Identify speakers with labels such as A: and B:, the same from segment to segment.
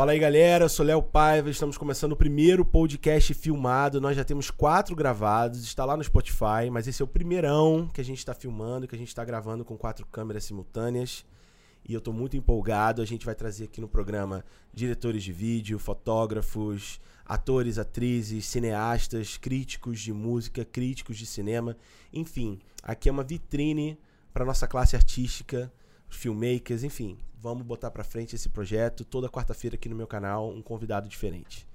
A: Fala aí, galera. Eu sou Léo Paiva. Estamos começando o primeiro podcast filmado. Nós já temos quatro gravados. Está lá no Spotify, mas esse é o primeirão que a gente está filmando, que a gente está gravando com quatro câmeras simultâneas. E eu estou muito empolgado. A gente vai trazer aqui no programa diretores de vídeo, fotógrafos, atores, atrizes, cineastas, críticos de música, críticos de cinema. Enfim, aqui é uma vitrine para nossa classe artística os filmmakers, enfim. Vamos botar pra frente esse projeto toda quarta-feira aqui no meu canal, um convidado diferente.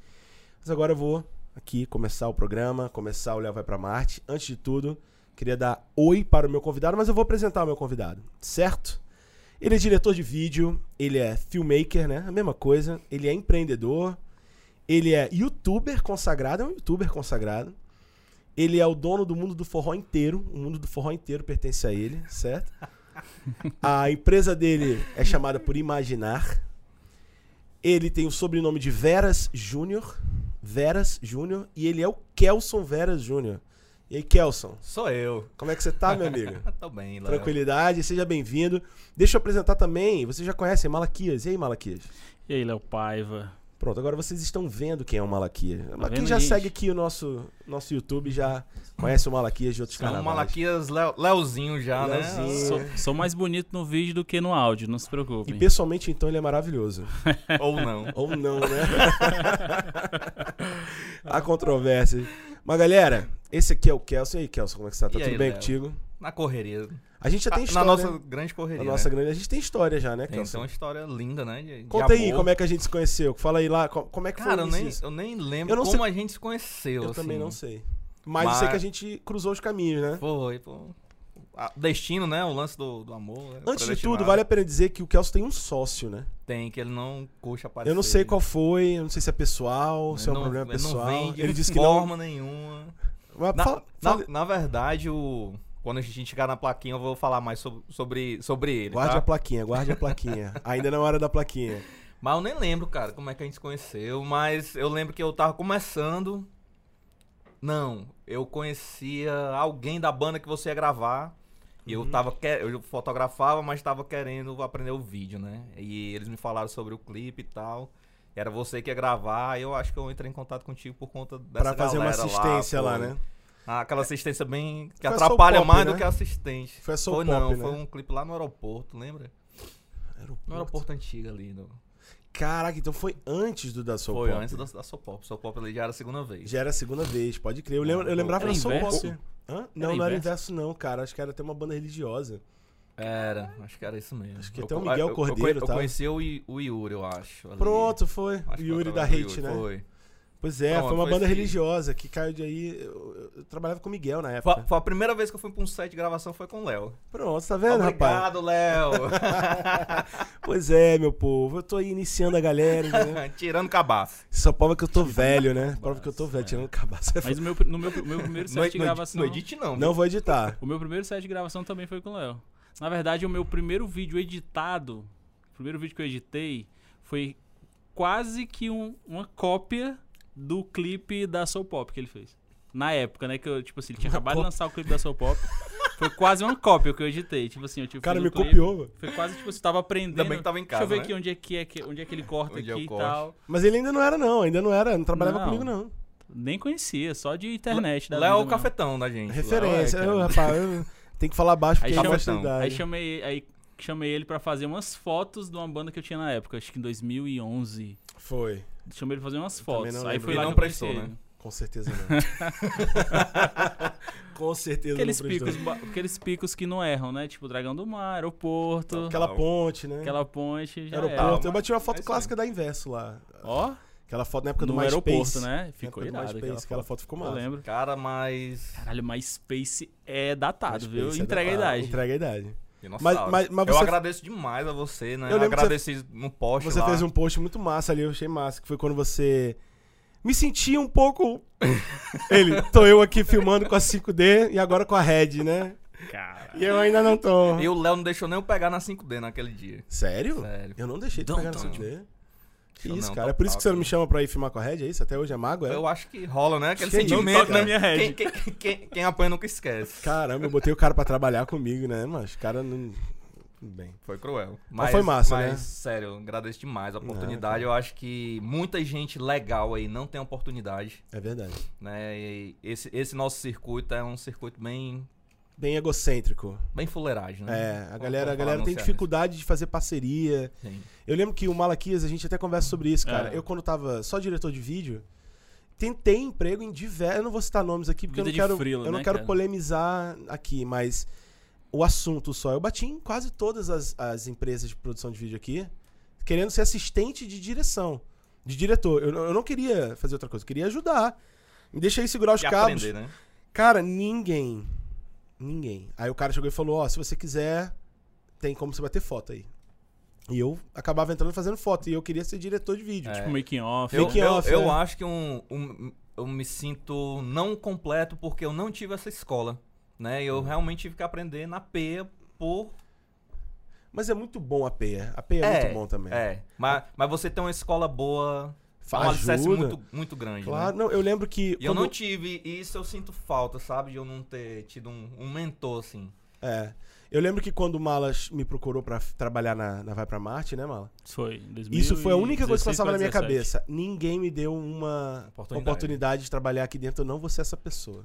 A: Mas agora eu vou aqui começar o programa, começar o Léo Vai Pra Marte. Antes de tudo, queria dar oi para o meu convidado, mas eu vou apresentar o meu convidado, certo? Ele é diretor de vídeo, ele é filmmaker, né? A mesma coisa. Ele é empreendedor, ele é youtuber consagrado, é um youtuber consagrado. Ele é o dono do mundo do forró inteiro, o mundo do forró inteiro pertence a ele, certo? A empresa dele é chamada por Imaginar. Ele tem o sobrenome de Veras Júnior. Veras Júnior. E ele é o Kelson Veras Júnior. E aí, Kelson,
B: Sou eu.
A: como é que você tá, meu amigo?
B: Tô bem, Léo.
A: Tranquilidade, seja bem-vindo. Deixa eu apresentar também, vocês já conhecem Malaquias. E aí, Malaquias?
C: E aí, Léo Paiva?
A: Pronto, agora vocês estão vendo quem é o Malaquias.
B: Tá
A: Malaquias
C: vendo,
A: já
C: gente?
A: segue aqui o nosso, nosso YouTube, já conhece o Malaquias de outros
B: É um
A: canais.
B: Malaquias Léo- Léozinho já, né?
A: Léozinho.
C: Sou, sou mais bonito no vídeo do que no áudio, não se
A: E
C: preocupem.
A: pessoalmente, então, ele é maravilhoso.
B: né? Ou não.
A: Ou não, né? Há controvérsias. Mas galera, esse aqui é o Kelson. E aí, Kelson, como é que você tá? Tá
B: E
A: tudo
B: aí,
A: bem
B: Léo?
A: contigo?
B: Na correria.
A: A gente já tem
B: Ah,
A: história.
B: Na nossa grande correria.
A: na nossa
B: né?
A: grande. A gente tem história já, né,
B: Tem, tem
A: Kelson?
B: uma história linda, né? De, de
A: Conta aí
B: amor.
A: como é que a gente se conheceu. Fala aí lá, co- como é que
B: Cara, eu
A: foi
B: nem,
A: isso?
B: eu nem lembro
A: Eu não
B: como a gente se conheceu.
A: Eu
B: assim.
A: também não sei. Mas, eu
B: Mas-
A: sei que a gente cruzou os caminhos, né?
B: Foi, pô. Ah, Destino, né? O lance do, do amor. né?
A: Antes de
B: Predestinado.
A: tudo, vale a pena dizer que o Kelson tem um sócio, né?
B: Tem, que ele não curte aparecer.
A: Eu não sei qual foi, eu não sei se é pessoal, se é um
B: Ele não-
A: problema
B: ele não
A: pessoal.
B: vende
A: ele
B: de
A: disse que não.
B: forma nenhuma.
A: Mas
B: Na,
A: fala-
B: na-
A: fala-
B: na verdade, o, quando a gente chegar na plaquinha, eu vou falar mais sobre, sobre, sobre ele.
A: Guarde
B: tá?
A: a plaquinha, guarde a plaquinha. Ainda não é hora da plaquinha.
B: Mas eu nem lembro, cara, como é que a gente se conheceu, mas eu lembro que eu tava começando. Não, eu conhecia alguém da banda que você ia gravar. E
A: Uhum.
B: eu tava que- eu fotografava, mas tava querendo aprender o vídeo, né? E eles me falaram sobre o clipe e tal. Era você que ia gravar, e eu acho que eu entrei em contato contigo por conta dessa
A: Pra fazer uma
B: galera lá,
A: assistência lá,
B: foi.
A: né?
B: Ah, Aquela assistência bem. que
A: Foi a Soul
B: atrapalha
A: Pop,
B: mais
A: né?
B: do que assistente.
A: Foi a Soul
B: Foi
A: Pop,
B: não,
A: né?
B: foi um clipe lá no aeroporto, lembra? No aeroporto antigo ali. No...
A: Caraca, então foi antes do da Soul
B: Foi
A: Pop.
B: antes da, da Soul Pop. Soul Pop ali já era a segunda vez.
A: Já era a segunda vez, pode crer. Eu, lembra- eu lembrava
C: Era
A: da Soul Pop.
C: inverso?
A: Hã? Não, não era
C: inverso?
A: inverso não, cara. Acho que era até uma banda religiosa.
B: Era, acho que era isso mesmo.
A: Acho que
B: Eu
A: até o
B: co-
A: Miguel
B: eu- eu
A: Cordeiro
B: conhe- Eu
A: tava.
B: conheci o, I- o Yuri, eu acho. ali.
A: Pronto, foi.
B: Acho que eu
A: Yuri da
B: tava com o
A: Hate,
B: Yuri,
A: né?
B: Foi.
A: Pois é,
B: Pronto,
A: foi uma
B: foi
A: banda
B: esse-
A: religiosa que caiu de aí. Eu, eu- eu trabalhava com o Miguel na
B: Foi,
A: época.
B: a- foi a primeira vez que eu fui pra um set de gravação foi com o Léo.
A: Pronto, É. tá vendo, rapaz?
B: Obrigado, Léo.
A: Pois é, meu povo. Eu tô aí iniciando a galera, né?
B: Tirando cabaço.
A: Só prova que eu tô velho, né? Prova que eu tô velho, tirando o cabaço. é
C: Mas o meu, pri- no meu, meu primeiro set de
B: edi-
C: gravação.
B: no edit, é- não.
A: Não vou editar.
C: O meu primeiro set de gravação também foi com o Léo. Na verdade, o meu primeiro vídeo editado, o primeiro vídeo que eu editei, foi quase que um- uma cópia do clipe da Soul Pop que ele fez. Na época, né? Que eu, tipo assim, ele tinha acabado de
A: cópia.
C: lançar o clipe da Soul Pop. Foi quase uma cópia que eu editei. Tipo assim, eu tive
A: O cara
C: fiz
A: me
C: clipe,
A: copiou, mano.
C: Foi quase, tipo, você tava aprendendo.
B: Ainda bem que tava em casa,
C: Deixa eu ver
B: né?
C: aqui onde é que, é que- onde é que ele corta
B: Onde é o
C: aqui e
B: corte.
C: tal.
A: Mas ele ainda não era, não. Ainda não era. Não trabalhava
C: Não.
A: comigo, não.
C: Nem conhecia, só de internet. da
B: Léo é o
C: vida né? mesmo.
B: cafetão da gente.
A: Referência.
B: Léo é,
A: Eu,
B: cara.
A: rapaz, eu tenho que falar baixo
C: Aí
A: porque é
C: chama-
A: facilidade.
C: Aí chamei, aí chamei ele pra fazer umas fotos de uma banda que eu tinha na época, acho que em 2011.
A: Foi.
C: Chamei ele pra fazer umas
A: também
C: fotos.
A: não
C: Aí
A: lembro.
C: foi
A: E
C: lá
B: não
C: que eu conheci
B: prestou,
C: ele.
B: né?
A: Com certeza não. Com certeza
C: Aqueles
A: não. prestou.
C: picos, ba- aqueles picos que não erram, né? Tipo Dragão do Mar, aeroporto, aquela,
A: Aquela ponte, né?
C: ponte, já era.
A: aeroporto.
B: era.
A: Eu bati uma
B: É
A: foto
B: isso
A: clássica da Inverso lá.
C: Ó,
A: Aquela foto na época do
C: no
A: MySpace.
C: aeroporto, né?
A: Na
C: Ficou
A: época do
C: irado
A: MySpace.
C: aquela
A: Aquela,
C: foto.
A: foto ficou
C: Eu
A: massa.
C: lembro.
B: Cara, mas.
C: Caralho, MySpace é datado,
A: MySpace
C: viu?
A: é
C: Entrega a
A: da-
C: idade.
A: Entrega a idade.
B: Dinossauro.
A: Mas, mas, mas
B: Eu
A: você,
B: agradeço demais a você, né?
A: Eu
B: Eu,
A: lembro que
B: agradeci no post
A: você
B: lá.
A: fez um post muito massa ali, eu achei massa, que foi quando você. Me senti um pouco. Ele, tô eu aqui filmando com a 5D e agora com a Red, né?
C: Cara.
A: E eu ainda não tô.
B: E o Léo não deixou nem eu pegar na 5D naquele dia.
A: Sério?
B: Sério.
A: Eu não deixei de
C: Don't
A: pegar no
C: touch.
A: 5D. Que
B: Eu
A: isso,
B: não,
A: cara. É
B: total,
A: por isso que você não me
B: cara.
A: chama pra ir filmar com a Red, é isso? Até hoje é mágoa? É?
B: Eu acho que rola, né? Aquele
A: Sim,
B: sentimento,
A: toca na
B: né?
C: minha rede.
B: Quem, quem, quem, quem apanha nunca esquece.
A: Caramba, eu botei o cara pra trabalhar comigo, né, mas o cara não. Bem.
B: Foi cruel.
A: Mas foi massa,
B: mas,
A: né?
B: sério, eu agradeço demais a oportunidade. eu acho que muita gente legal aí não tem oportunidade,
A: É verdade.
B: né? E esse, esse nosso circuito é um circuito bem,
A: Bem egocêntrico.
B: bem fuleiragem, né?
A: É, a
B: Vamos-
A: galera, a
B: vamos
A: galera tem
B: anunciar
A: dificuldade de fazer parceria.
B: isso. Sim.
A: Eu lembro que o Malaquias, a gente até conversa sobre isso, cara.
C: É.
A: Eu, quando tava só diretor de vídeo, tentei emprego em diversos. Eu não vou citar nomes aqui, porque eu
C: Vida
A: não
C: de
A: quero,
C: frila,
A: eu não
C: né,
A: quero
C: cara?
A: polemizar aqui, mas o assunto só. Eu bati em quase todas as, as empresas de produção de vídeo aqui, querendo ser assistente de direção, de diretor. Eu, não- eu não queria fazer outra coisa, eu queria ajudar. Me deixei segurar os
B: E
A: cabos.
B: aprender, né?
A: Cara, ninguém. Ninguém. Aí o cara chegou e falou: Ó, se você quiser, tem como você bater foto aí. E eu acabava entrando fazendo foto. E eu queria ser diretor de vídeo.
B: É.
A: tipo,
C: Tipo, making off.
B: Eu,
A: Making
B: eu,
A: off,
B: eu
A: né?
B: acho que um, um- eu me sinto não completo porque eu não tive essa escola, né? Eu
A: Uhum.
B: realmente tive que aprender na P por...
A: Mas é muito bom a PE. A PE é, muito bom também.
B: É, mas, mas você tem uma escola boa, é um
A: Faz
B: acesso
A: ajuda.
B: muito, muito grande, né?
A: Claro, não, eu lembro que.
B: E eu
A: quando-
B: não tive, e isso eu sinto falta, sabe? De eu não ter tido um, um mentor, assim.
A: É. Eu lembro que quando o Malas me procurou pra f- trabalhar na, na Vai Pra Marte, né, Mala?
C: Foi.
A: Isso foi a única coisa que
C: 2016
A: passava na minha
C: pra 17.
A: cabeça. Ninguém me deu uma oportunidade.
B: Oportunidade.
A: de trabalhar aqui dentro. Eu não vou ser essa pessoa.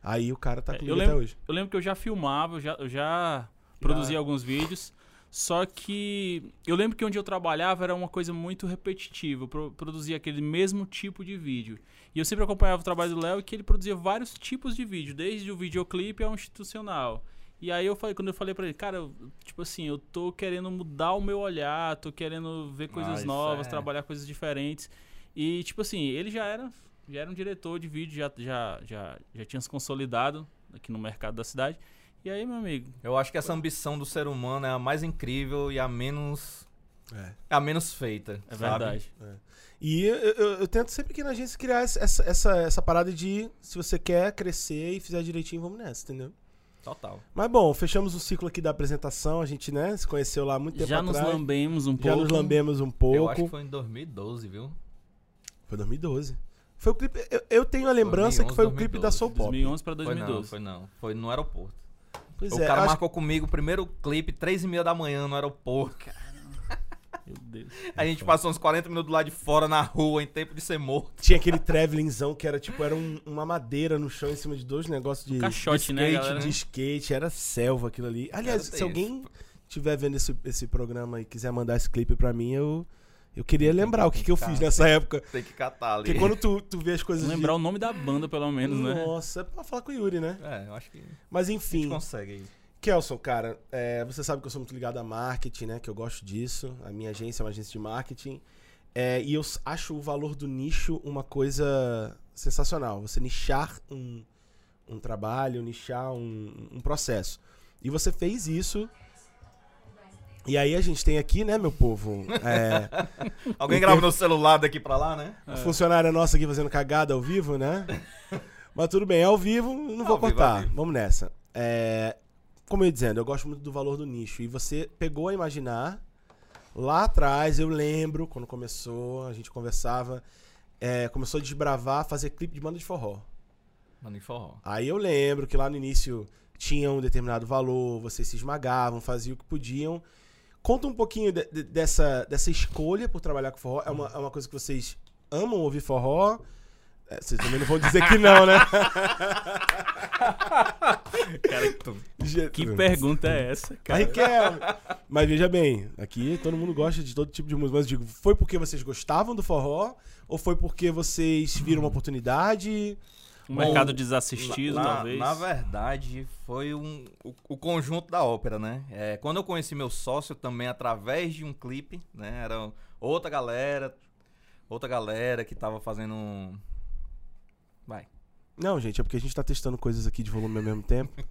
A: Aí o cara tá
C: É,
A: comigo
C: eu
A: até
C: lembro-
A: hoje.
C: Eu lembro que eu já filmava, eu já, eu já
B: Ah.
C: produzia alguns vídeos. Só que eu lembro que onde eu trabalhava era uma coisa muito repetitiva. Eu pro- produzia aquele mesmo tipo de vídeo. E eu sempre acompanhava o trabalho do Léo que ele produzia vários tipos de vídeo, desde o videoclipe ao institucional. E aí eu falei, quando eu falei pra ele, cara, eu- tipo assim, eu tô querendo mudar o meu olhar, tô querendo ver
B: Ah,
C: coisas
B: isso
C: novas,
B: é.
C: trabalhar coisas diferentes. E tipo assim, ele já era, já era um diretor de vídeo, já já já já tinha se consolidado aqui no mercado da cidade. E aí, meu amigo,
B: Eu acho que essa ambição do ser humano é a mais incrível e a menos.
A: É.
B: A menos feita.
C: é
B: sabe?
C: verdade.
A: E eu, eu- eu tento sempre que na agência criar essa, essa, essa, essa parada de se você quer crescer e fizer direitinho, vamos nessa, entendeu?
B: Total.
A: Mas bom, fechamos o ciclo aqui da apresentação. A gente, né, se conheceu lá há muito tempo
C: Já nos
A: atrás.
C: lambemos um pouco.
A: já nos lambemos um
B: Eu acho
A: pouco.
B: que foi em 2012, viu?
A: Foi 2012. Foi o clipe. Eu, eu tenho a lembrança que foi o clipe da Soul Pop.
C: 2011 pra
B: Foi não,
C: 2012.
B: foi não. Foi no aeroporto.
A: Pois
B: o
A: é,
B: cara
A: acho-
B: marcou comigo o primeiro clipe, 3 e meia da manhã no aeroporto.
C: Meu Deus.
B: A gente passou uns 40 minutos lá de fora na rua em tempo de ser morto.
A: tinha aquele travelingzão que era tipo, era um- uma madeira no chão em cima de dois negócios de,
C: Caixote, né,
A: skate,
C: galera?
A: de skate, era selva aquilo ali. Aliás,
B: Era
A: se
B: tenso.
A: alguém tiver vendo esse, esse programa e quiser mandar esse clipe pra mim, eu, eu queria lembrar o que, que eu fiz nessa época.
B: Tem que catar ali.
A: Porque quando tu, tu vê as coisas.
C: Lembrar o nome da banda, pelo
A: de...
C: menos, né?
A: Nossa, é pra falar com o Yuri, né?
B: É, eu acho que a
A: Mas
B: gente
A: enfim.
B: consegue aí.
A: Kelson, cara, é, você sabe que eu sou muito ligado a marketing, né? Que eu gosto disso. A minha agência é uma agência de marketing. É, e eu s- acho o valor do nicho uma coisa sensacional. Você nichar um, um trabalho, nichar um, um processo. E você fez isso. E aí a gente tem aqui, né, meu povo? É,
B: Alguém grava no celular daqui pra lá, né?
A: a funcionária nossa aqui fazendo cagada ao vivo, né? Mas tudo bem, é ao vivo, não vou
B: Ao vivo,
A: contar.
B: ao vivo.
A: Vamos nessa. É, como eu ia dizendo, eu gosto muito do valor do nicho. E você pegou a imaginar. Lá atrás, eu lembro, quando começou, a gente conversava. é, começou a desbravar, fazer clipe de banda de forró.
B: Mano, em forró.
A: Aí eu lembro que lá no início tinha um determinado valor, vocês se esmagavam, faziam o que podiam. Conta um pouquinho de- de- dessa, dessa escolha por trabalhar com forró. É uma, é uma coisa que vocês amam ouvir forró. É, vocês também não vão dizer que não, né?
C: Que pergunta é essa, cara?
A: Aí que é. Mas veja bem, aqui todo mundo gosta de todo tipo de música. Mas eu digo, foi porque vocês gostavam do forró? Ou foi porque vocês viram uma oportunidade?
C: Um mercado
B: Na-
C: desassistido,
B: na,
C: talvez.
B: Na verdade, foi um, o, o conjunto da ópera, né? É, quando eu conheci meu sócio também através de um clipe, né? Era outra galera, outra galera que tava fazendo um... Vai.
A: Não, gente, é porque a gente tá testando coisas aqui de volume ao mesmo tempo.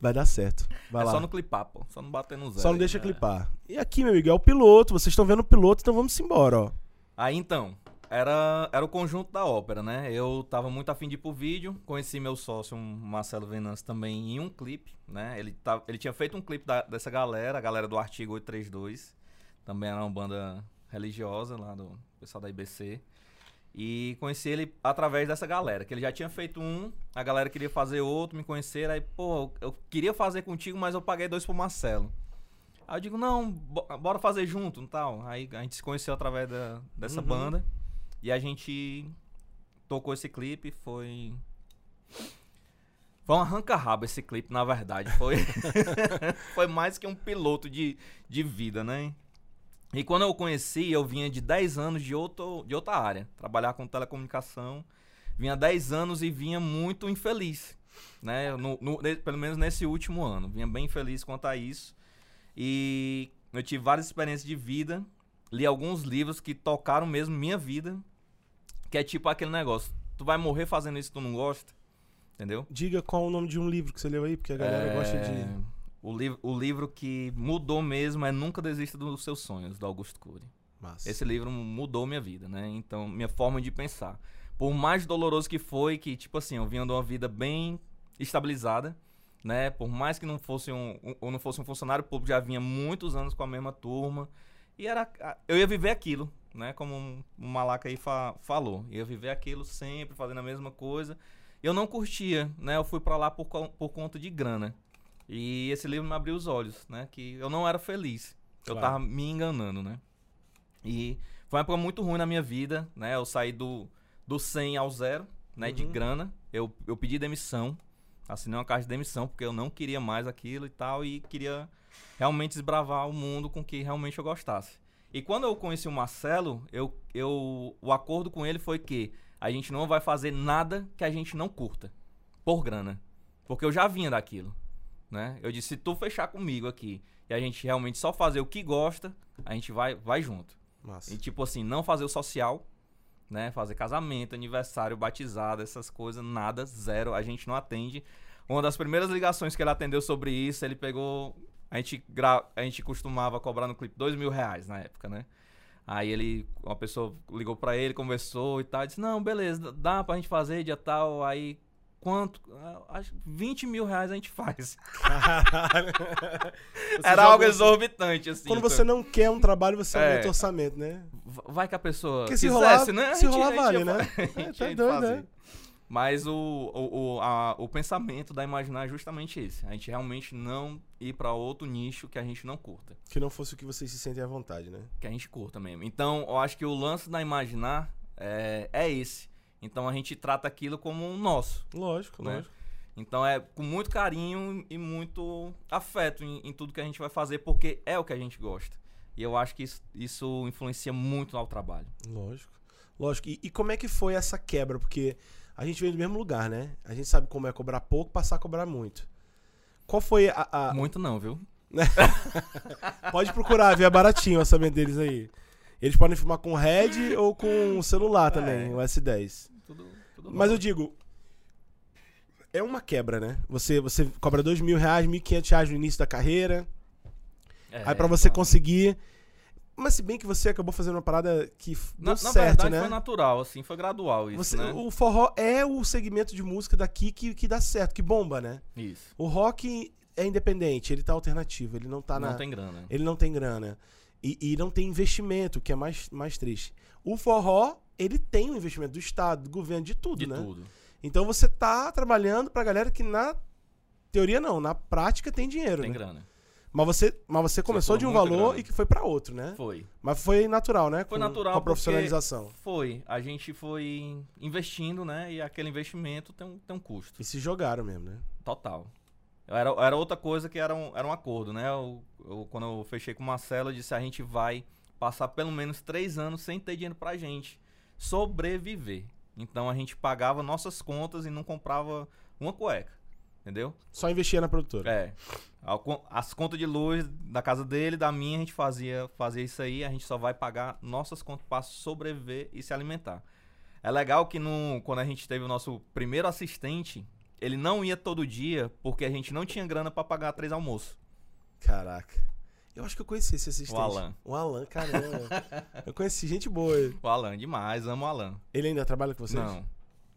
A: Vai dar certo. Vai
B: é
A: lá.
B: só não clipar, pô. Só não bater no zero.
A: Só não
B: aí.
A: deixa
B: É.
A: clipar. E aqui, meu amigo, é o piloto. Vocês estão vendo o piloto, então vamos embora, ó.
B: Aí então, era, era o conjunto da ópera, né? Eu tava muito afim de ir pro vídeo, conheci meu sócio, um Marcelo Venâncio, também em um clipe, né? Ele, tava, ele tinha feito um clipe da- dessa galera, a galera do Artigo 832, também era uma banda religiosa lá do pessoal da IBC. E conheci ele através dessa galera, que ele já tinha feito um, a galera queria fazer outro, me conheceram, aí, pô, eu queria fazer contigo, mas eu paguei dois pro Marcelo. Aí eu digo, não, bo- bora fazer junto e tal. Aí a gente se conheceu através da- dessa
A: Uhum.
B: banda. E a gente tocou esse clipe, foi. Foi um arranca-rabo esse clipe, na verdade. Foi, foi mais que um piloto de, de vida, né? E quando eu conheci, eu vinha de 10 anos de, outro, de outra área. Trabalhar com telecomunicação. Vinha 10 anos e vinha muito infeliz. Né? No- no- ne- pelo menos nesse último ano. Vinha bem infeliz quanto a isso. E eu tive várias experiências de vida. Li alguns livros que tocaram mesmo minha vida. Que é tipo aquele negócio. Tu vai morrer fazendo isso que tu não gosta. Entendeu?
A: Diga qual o nome de um livro que você leu aí, porque a galera
B: É,
A: gosta de.
B: O, liv o livro que mudou mesmo é Nunca Desista dos Seus Sonhos, do Augusto Cury.
A: Massa.
B: Esse livro mudou minha vida, né? Então, minha forma de pensar. Por mais doloroso que foi, que, tipo assim, eu vinha de uma vida bem estabilizada, né? Por mais que não fosse um, um- eu não fosse um funcionário público, já vinha muitos anos com a mesma turma. E era. a- Eu ia viver aquilo, né? Como um- o Malaca aí fa falou. Ia viver aquilo sempre, fazendo a mesma coisa. Eu não curtia, né? Eu fui pra lá por, co- por conta de grana. E esse livro me abriu os olhos, né? Que eu não era feliz. Eu
A: Claro.
B: tava me enganando, né? E foi uma época muito ruim na minha vida, né? Eu saí do, do 100 ao zero, né? De
A: Uhum.
B: grana. Eu, eu pedi demissão. Assinei uma carta de demissão porque eu não queria mais aquilo e tal. E queria realmente desbravar o mundo com o que realmente eu gostasse. E quando eu conheci o Marcelo, eu, eu, o acordo com ele foi que a gente não vai fazer nada que a gente não curta. Por grana. Porque eu já vinha daquilo. Né? Eu disse, se tu fechar comigo aqui e a gente realmente só fazer o que gosta, a gente vai, vai junto.
A: Massa.
B: E tipo assim, não fazer o social, né? Fazer casamento, aniversário, batizado, essas coisas, nada, zero, a gente não atende. Uma das primeiras ligações que ele atendeu sobre isso, ele pegou. A gente, gra... a gente costumava cobrar no clipe dois mil reais na época, né? Aí ele, uma pessoa ligou pra ele, conversou e tal, disse, não, beleza, dá pra gente fazer dia tal, aí quanto? Ah, Acho que 20 mil reais a gente faz.
A: Você
B: Era
A: joga- um-
B: algo exorbitante, assim.
A: Quando
B: sabe?
A: você não quer um trabalho, você
B: É.
A: aumenta o orçamento, né?
B: V- Vai que a pessoa
A: Porque se rolar,
B: quisesse, né? A
A: se
B: gente-
A: rolar
B: a gente
A: vale,
B: ia
A: né?
B: fa- a gente
A: tá
B: ia
A: doido,
B: fazer.
A: é.
B: Mas o, o, o, a- o pensamento da Imaginar é justamente esse. A gente realmente não ir pra outro nicho que a gente não curta.
A: Que não fosse o que vocês se sentem à vontade, né?
B: Que a gente curta mesmo. Então, eu acho que o lance da Imaginar é, é esse. Então, a gente trata aquilo como um nosso.
A: Lógico,
B: Né?
A: lógico.
B: Então é com muito carinho e muito afeto em, em tudo que a gente vai fazer, porque é o que a gente gosta. E eu acho que isso, isso influencia muito ao trabalho.
A: Lógico. Lógico. E, e como é que foi essa quebra? Porque a gente veio do mesmo lugar, né? A gente sabe como é cobrar pouco, passar a cobrar muito. Qual foi a. a-
B: Muito não, viu?
A: Pode procurar, ver baratinho o orçamento deles aí. Eles podem filmar com Red ou com o celular também,
B: É.
A: o S10.
B: Tudo, tudo
A: Mas
B: rola.
A: eu digo. É uma quebra, né? Você, você cobra dois mil reais, mil e quinhentos reais no início da carreira.
B: É,
A: aí pra você
B: claro.
A: conseguir. Mas se bem que você acabou fazendo uma parada que f- deu
B: Na, na
A: certo,
B: verdade,
A: né?
B: foi natural, assim, foi gradual isso,
A: Você-
B: né?
A: O forró é o segmento de música daqui que, que dá certo, que bomba, né?
B: Isso.
A: O rock é independente, ele tá alternativo, ele não tá na.
B: Não tem grana.
A: Ele não tem grana. E, e não tem investimento, que é mais, mais triste. O forró, ele tem um investimento do Estado, do governo, de tudo,
B: de
A: né?
B: tudo.
A: Então você tá trabalhando pra galera que na teoria não, na prática tem dinheiro,
B: Tem
A: né?
B: grana.
A: Mas você, mas você começou
B: por
A: de um
B: muita
A: valor
B: grana.
A: e que foi pra outro, né?
B: Foi.
A: Mas foi natural, né?
B: Foi
A: Com-
B: natural
A: Com a
B: porque-
A: profissionalização.
B: Foi. A gente foi investindo, né? E aquele investimento tem um, tem um custo.
A: E se jogaram mesmo, né?
B: Total. Era, era outra coisa que era um, era um acordo, né? Eu, eu- quando eu fechei com o Marcelo, eu disse: a gente vai passar pelo menos três anos sem ter dinheiro pra gente sobreviver. Então a gente pagava nossas contas e não comprava uma cueca. Entendeu?
A: Só investia na produtora.
B: É. Ao con- As contas de luz da casa dele, da minha, a gente fazia, fazia isso aí. A gente só vai pagar nossas contas para sobreviver e se alimentar. É legal que no, quando a gente teve o nosso primeiro assistente, ele não ia todo dia porque a gente não tinha grana para pagar três almoços.
A: Caraca. Eu acho que eu conheci esse assistente.
B: É. O Alan.
A: O Alan, caramba. eu conheci gente boa.
B: O Alan, demais, amo o Alan.
A: Ele ainda trabalha com vocês?
B: Não, a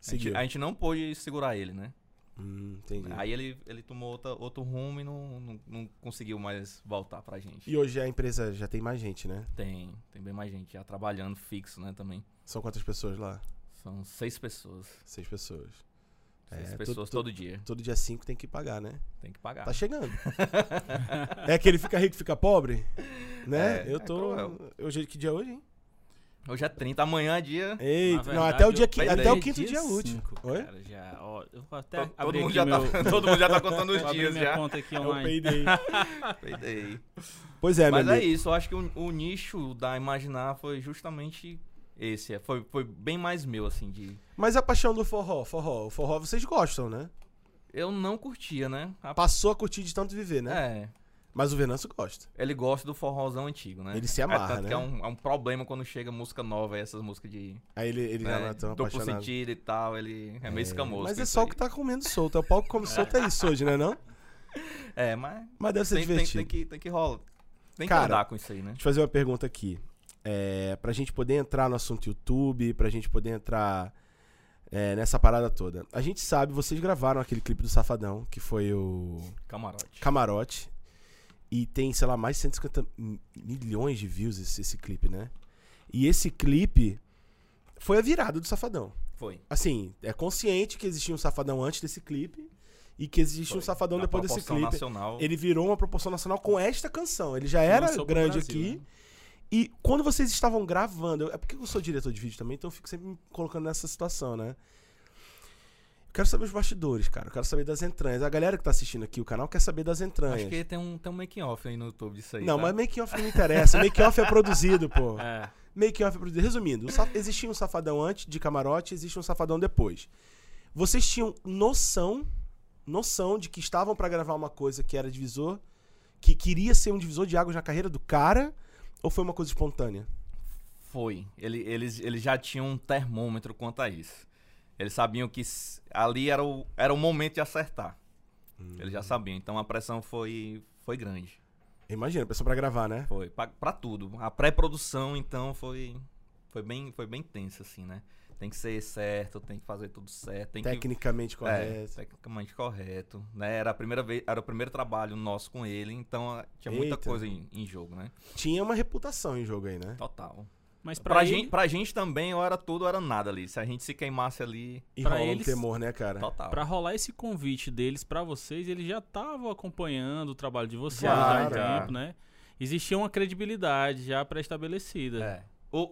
A: Seguiu.
B: gente, a gente não pôde segurar ele, né?
A: Hum, entendi.
B: Aí ele, ele tomou outra, outro rumo e não, não, não conseguiu mais voltar pra gente.
A: E hoje a empresa já tem mais gente, né?
B: Tem, tem bem mais gente já trabalhando fixo, né, também.
A: São quantas pessoas lá?
B: São seis pessoas.
A: Seis pessoas.
B: Essas
A: É,
B: pessoas
A: todo-
B: todo dia.
A: Todo dia 5 tem que pagar, né?
B: Tem que pagar.
A: Tá chegando. é que ele fica rico, fica pobre? Né?
B: É,
A: eu
B: é
A: tô.
B: cruel.
A: hoje, que dia é hoje, hein?
B: Hoje é 30, amanhã é dia.
A: Eita,
C: Na
A: não,
C: verdade,
A: até o,
C: eu
A: dia qui-
B: tenho
A: até o
B: ideia
A: quinto dia útil. Oi?
C: Cara, já, ó, eu vou até
B: Todo- todo,
C: abrir
B: mundo
C: aqui
B: já
C: meu,
B: tá, todo mundo já tá contando
C: vou
B: os
C: abrir
B: dias
C: minha
B: já.
C: conta aqui
A: É o
C: online.
A: payday.
B: Peidei.
A: Pois é,
B: Mas
A: meu
B: é
A: amigo.
B: isso, eu acho que o, o nicho da Imaginar foi justamente esse. é, Foi, foi bem mais meu, assim, de.
A: Mas a paixão do forró, forró, o forró vocês gostam, né?
B: Eu não curtia, né? A-
A: Passou a curtir de tanto viver, né?
B: É.
A: Mas o Venâncio gosta.
B: Ele gosta do forrozão antigo, né?
A: Ele se amarra,
B: é, tanto
A: né?
B: Que é, um, é um problema quando chega música nova, essas músicas de.
A: Aí ele, ele já
B: né,
A: não é tão
B: duplo
A: apaixonado.
B: sentido e tal, ele é meio escamoso.
A: Mas
B: com
A: é
B: isso
A: só o
B: aí.
A: que tá comendo solto. É o pau que come solto é isso hoje, né não?
B: É, mas.
A: Mas deve ser
B: Tem, tem,
A: divertido.
B: tem que, tem que rolar. Tem
A: Cara,
B: que andar com isso aí, né?
A: Deixa eu fazer uma pergunta aqui. É, pra gente poder entrar no assunto YouTube, pra gente poder entrar é, nessa parada toda. A gente sabe, vocês gravaram aquele clipe do Safadão, que foi o
B: Camarote.
A: Camarote. E tem, sei lá, mais de 150 mi- milhões de views esse, esse clipe, né? E esse clipe foi a virada do Safadão.
B: Foi.
A: Assim, é consciente que existia um Safadão antes desse clipe e que existe um
B: Foi.
A: Safadão
B: Na
A: depois desse
B: proporção
A: clipe.
B: Nacional,
A: Ele virou uma proporção nacional com esta canção. Ele já era
C: Lançou pro
A: grande
C: Brasil,
A: aqui.
C: né?
A: E quando vocês estavam gravando, eu- é porque eu sou diretor de vídeo também, então eu fico sempre me colocando nessa situação, né? Eu quero saber os bastidores, cara. Eu quero saber das entranhas. A galera que tá assistindo aqui o canal quer saber das entranhas.
B: Acho que tem um, tem um making-off aí no YouTube disso aí.
A: Não,
B: tá?
A: mas make-off não me interessa. Make-off é produzido, pô.
C: É,
A: Make-off é produzido. Resumindo, o saf- existia um safadão antes de camarote, existe um safadão depois. Vocês tinham noção, noção de que estavam pra gravar uma coisa que era divisor, que queria ser um divisor de águas na carreira do cara, ou foi uma coisa espontânea?
B: Foi. Ele, eles, eles já tinham um termômetro quanto a isso. Eles sabiam que s- ali era o, era o momento de acertar. Eles
A: Hum.
B: já sabiam. Então a pressão foi, foi grande.
A: Imagina, pessoa pra gravar, né?
B: Foi. Pra, pra tudo. A pré-produção, então, foi, foi, bem, foi bem tensa, assim, né? Tem que ser certo, tem que fazer tudo certo. Tem que
A: Tecnicamente correto.
B: É, tecnicamente correto. Né? Era a primeira vez, era o primeiro trabalho nosso com ele, então ah, tinha muita
A: Eita.
B: coisa em, em jogo, né?
A: Tinha uma reputação em jogo aí, né?
B: Total.
C: mas pra,
B: Pra,
C: ele,
B: gente, pra gente também, ou era tudo, ou era nada ali. Se a gente se queimasse ali,
A: E
C: Pra
A: rola um
C: eles-
A: temor, né, cara?
B: total.
C: pra rolar esse convite deles pra vocês, eles já estavam acompanhando o trabalho de vocês há um
A: Claro.
C: tempo, né? Existia uma credibilidade já pré-estabelecida.
B: É. O,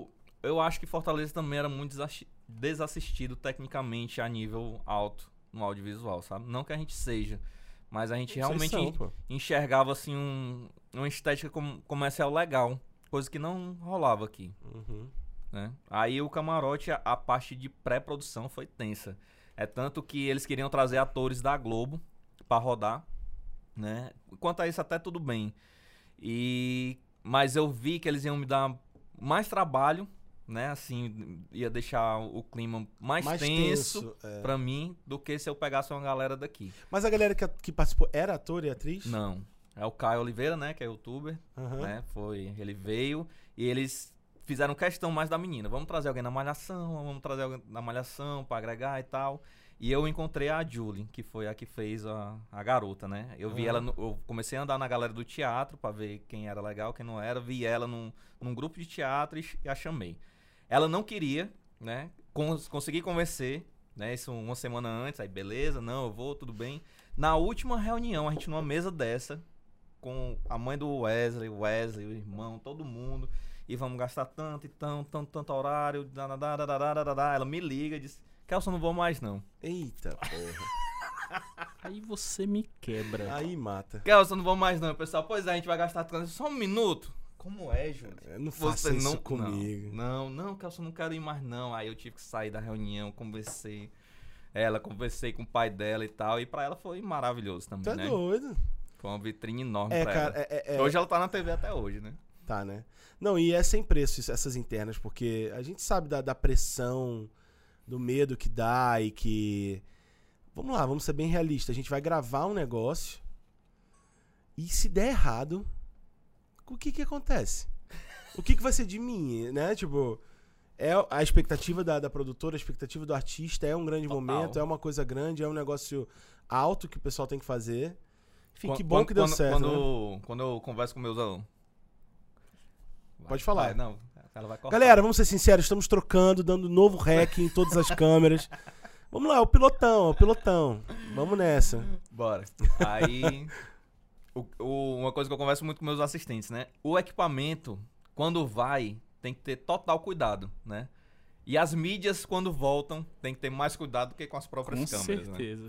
B: o- eu acho que Fortaleza também era muito desassi- desassistido tecnicamente a nível alto no audiovisual, sabe? Não que a gente seja, mas a gente
A: Vocês
B: realmente
A: são, pô.
B: enxergava assim um, uma estética com- comercial é legal, coisa que não rolava aqui.
A: Uhum.
B: né? Aí o camarote, a, a parte de pré-produção foi tensa. É tanto que eles queriam trazer atores da Globo pra rodar, né? Quanto a isso até tudo bem. E mas eu vi que eles iam me dar mais trabalho, né? Assim, ia deixar o clima mais, tenso,
A: é.
B: pra mim do que se eu pegasse uma galera daqui.
A: Mas a galera que, que participou era ator e atriz?
B: Não. É o Caio Oliveira, né, que é youtuber,
A: Aham.
B: né? Foi, ele veio e eles fizeram questão mais da menina. Vamos trazer alguém na malhação, vamos trazer alguém na malhação pra agregar e tal. E eu encontrei a Julie, que foi a que fez a, a garota, né? Eu vi
A: Aham.
B: ela, no- eu comecei a andar na galera do teatro pra ver quem era legal, quem não era. Vi ela num, num grupo de teatro e ch- e a chamei. Ela não queria, né? Cons- consegui convencer, né? Isso uma semana antes, aí beleza, não, eu vou, tudo bem. Na última reunião, a gente numa mesa dessa, com a mãe do Wesley, o Wesley, o irmão, todo mundo, e vamos gastar tanto e tão, tanto, tanto horário, dadadá, dadadá, dadadá. ela me liga e diz, Kelson, não vou mais não.
A: Eita, porra.
C: Aí você me quebra.
A: Aí mata.
B: Kelson, não vou mais não. O pessoal, pois é, a gente vai gastar tanto, só um minuto. Como é, Júlio?
A: Eu Não faça isso comigo.
B: Não, não, Kelson, não quero ir mais não. Aí eu tive que sair da reunião, conversei. Ela, conversei com o pai dela e tal, e pra ela foi maravilhoso também,
A: Tá
B: né?
A: doido?
B: Foi uma vitrine enorme
A: É,
B: pra
A: cara,
B: ela.
A: é, é- é-
B: Hoje ela tá na TV até hoje, né?
A: Tá, né? Não, e é sem preço isso- essas internas, porque a gente sabe da, da pressão, do medo que dá e que. Vamos lá, vamos ser bem realistas. A gente vai gravar um negócio e se der errado, o que que acontece? O que que vai ser de mim, né? Tipo, é a expectativa da, da produtora, a expectativa do artista, é um grande
B: Total.
A: momento, é uma coisa grande, é um negócio alto que o pessoal tem que fazer. Enfim,
B: Quan-
A: que bom
B: quan-
A: que deu
B: quando-
A: certo. né?
B: Quando, quando eu converso com meus alunos.
A: Pode falar.
B: vai, não, ela vai cortar.
A: Galera, vamos ser sinceros, estamos trocando, dando novo hack em todas as câmeras. Vamos lá, é o pilotão, é o pilotão. Vamos nessa.
B: Bora. Aí. o- o- uma coisa que eu converso muito com meus assistentes, né? O equipamento, quando vai, tem que ter total cuidado, né? E as mídias, quando voltam, tem que ter mais cuidado do que com as próprias
C: Com
B: câmeras, né?
C: certeza.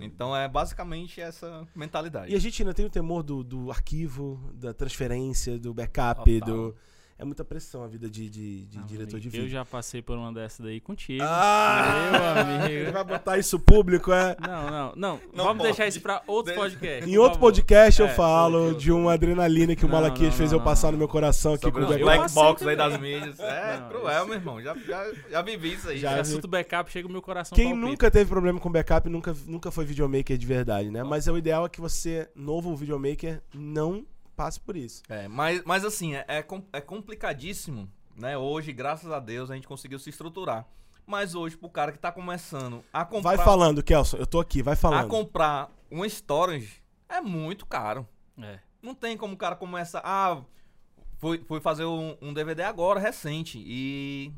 B: Então é basicamente essa mentalidade.
A: E a gente ainda tem o temor do, do arquivo, da transferência, do backup,
B: Total.
A: do. É muita pressão a vida de, de- de
C: Ah,
A: diretor de
C: amigo,
A: vídeo.
C: Eu já passei por uma dessa daí contigo.
A: Ah!
C: Meu amigo.
A: Ele vai botar isso público, é.
C: Não, não, não.
B: Não
C: Vamos
B: pode.
C: deixar isso pra outro
B: Deixa-
C: podcast.
A: Em
C: por
A: outro
C: favor.
A: podcast eu
B: É,
A: falo
B: outro-
A: de uma adrenalina que o
C: Não,
A: Malaquias
C: não,
A: fez
C: não,
A: eu passar
C: não.
A: no meu coração aqui
B: Sobre
A: com o
B: os
C: eu
A: backup.
B: black
C: passei
B: box aí
C: também.
B: das mídias. É
C: Não,
B: cruel, meu irmão. Já, já, já vivi isso aí. né?
A: Já
B: Já.
C: Esse É assunto backup chega o meu coração
A: Quem
C: Então palpita.
A: nunca teve problema com backup nunca, nunca foi videomaker de verdade, né? Mas é o ideal é que você, novo videomaker, não passe por isso.
B: É, mas, mas assim, é, é, com- é complicadíssimo, né? Hoje, graças a Deus, a gente conseguiu se estruturar. Mas hoje, pro cara que tá começando a comprar, Ah,
A: Vai falando, Kelson. Eu tô aqui, vai
B: a
A: falando.
B: comprar um storage, é muito caro.
C: É.
B: Não tem como o cara começa. Ah, fui, fui fazer um, um DVD agora, recente, e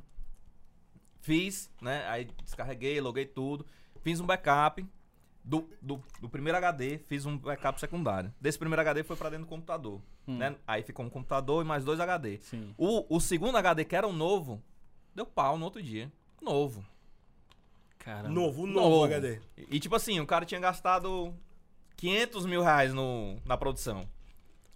B: fiz, né? Aí descarreguei, loguei tudo, fiz um backup do, do, do primeiro HD, fiz um backup secundário. Desse primeiro HD foi pra dentro do computador,
C: Hum.
B: né? Aí ficou um computador e mais dois HD.
C: Sim.
B: O, o segundo HD, que era o novo, deu pau no outro dia. Novo.
C: Caramba.
A: Novo, novo,
B: Novo.
A: HD.
B: E, e, tipo assim, o cara tinha gastado 500 mil reais no, na produção.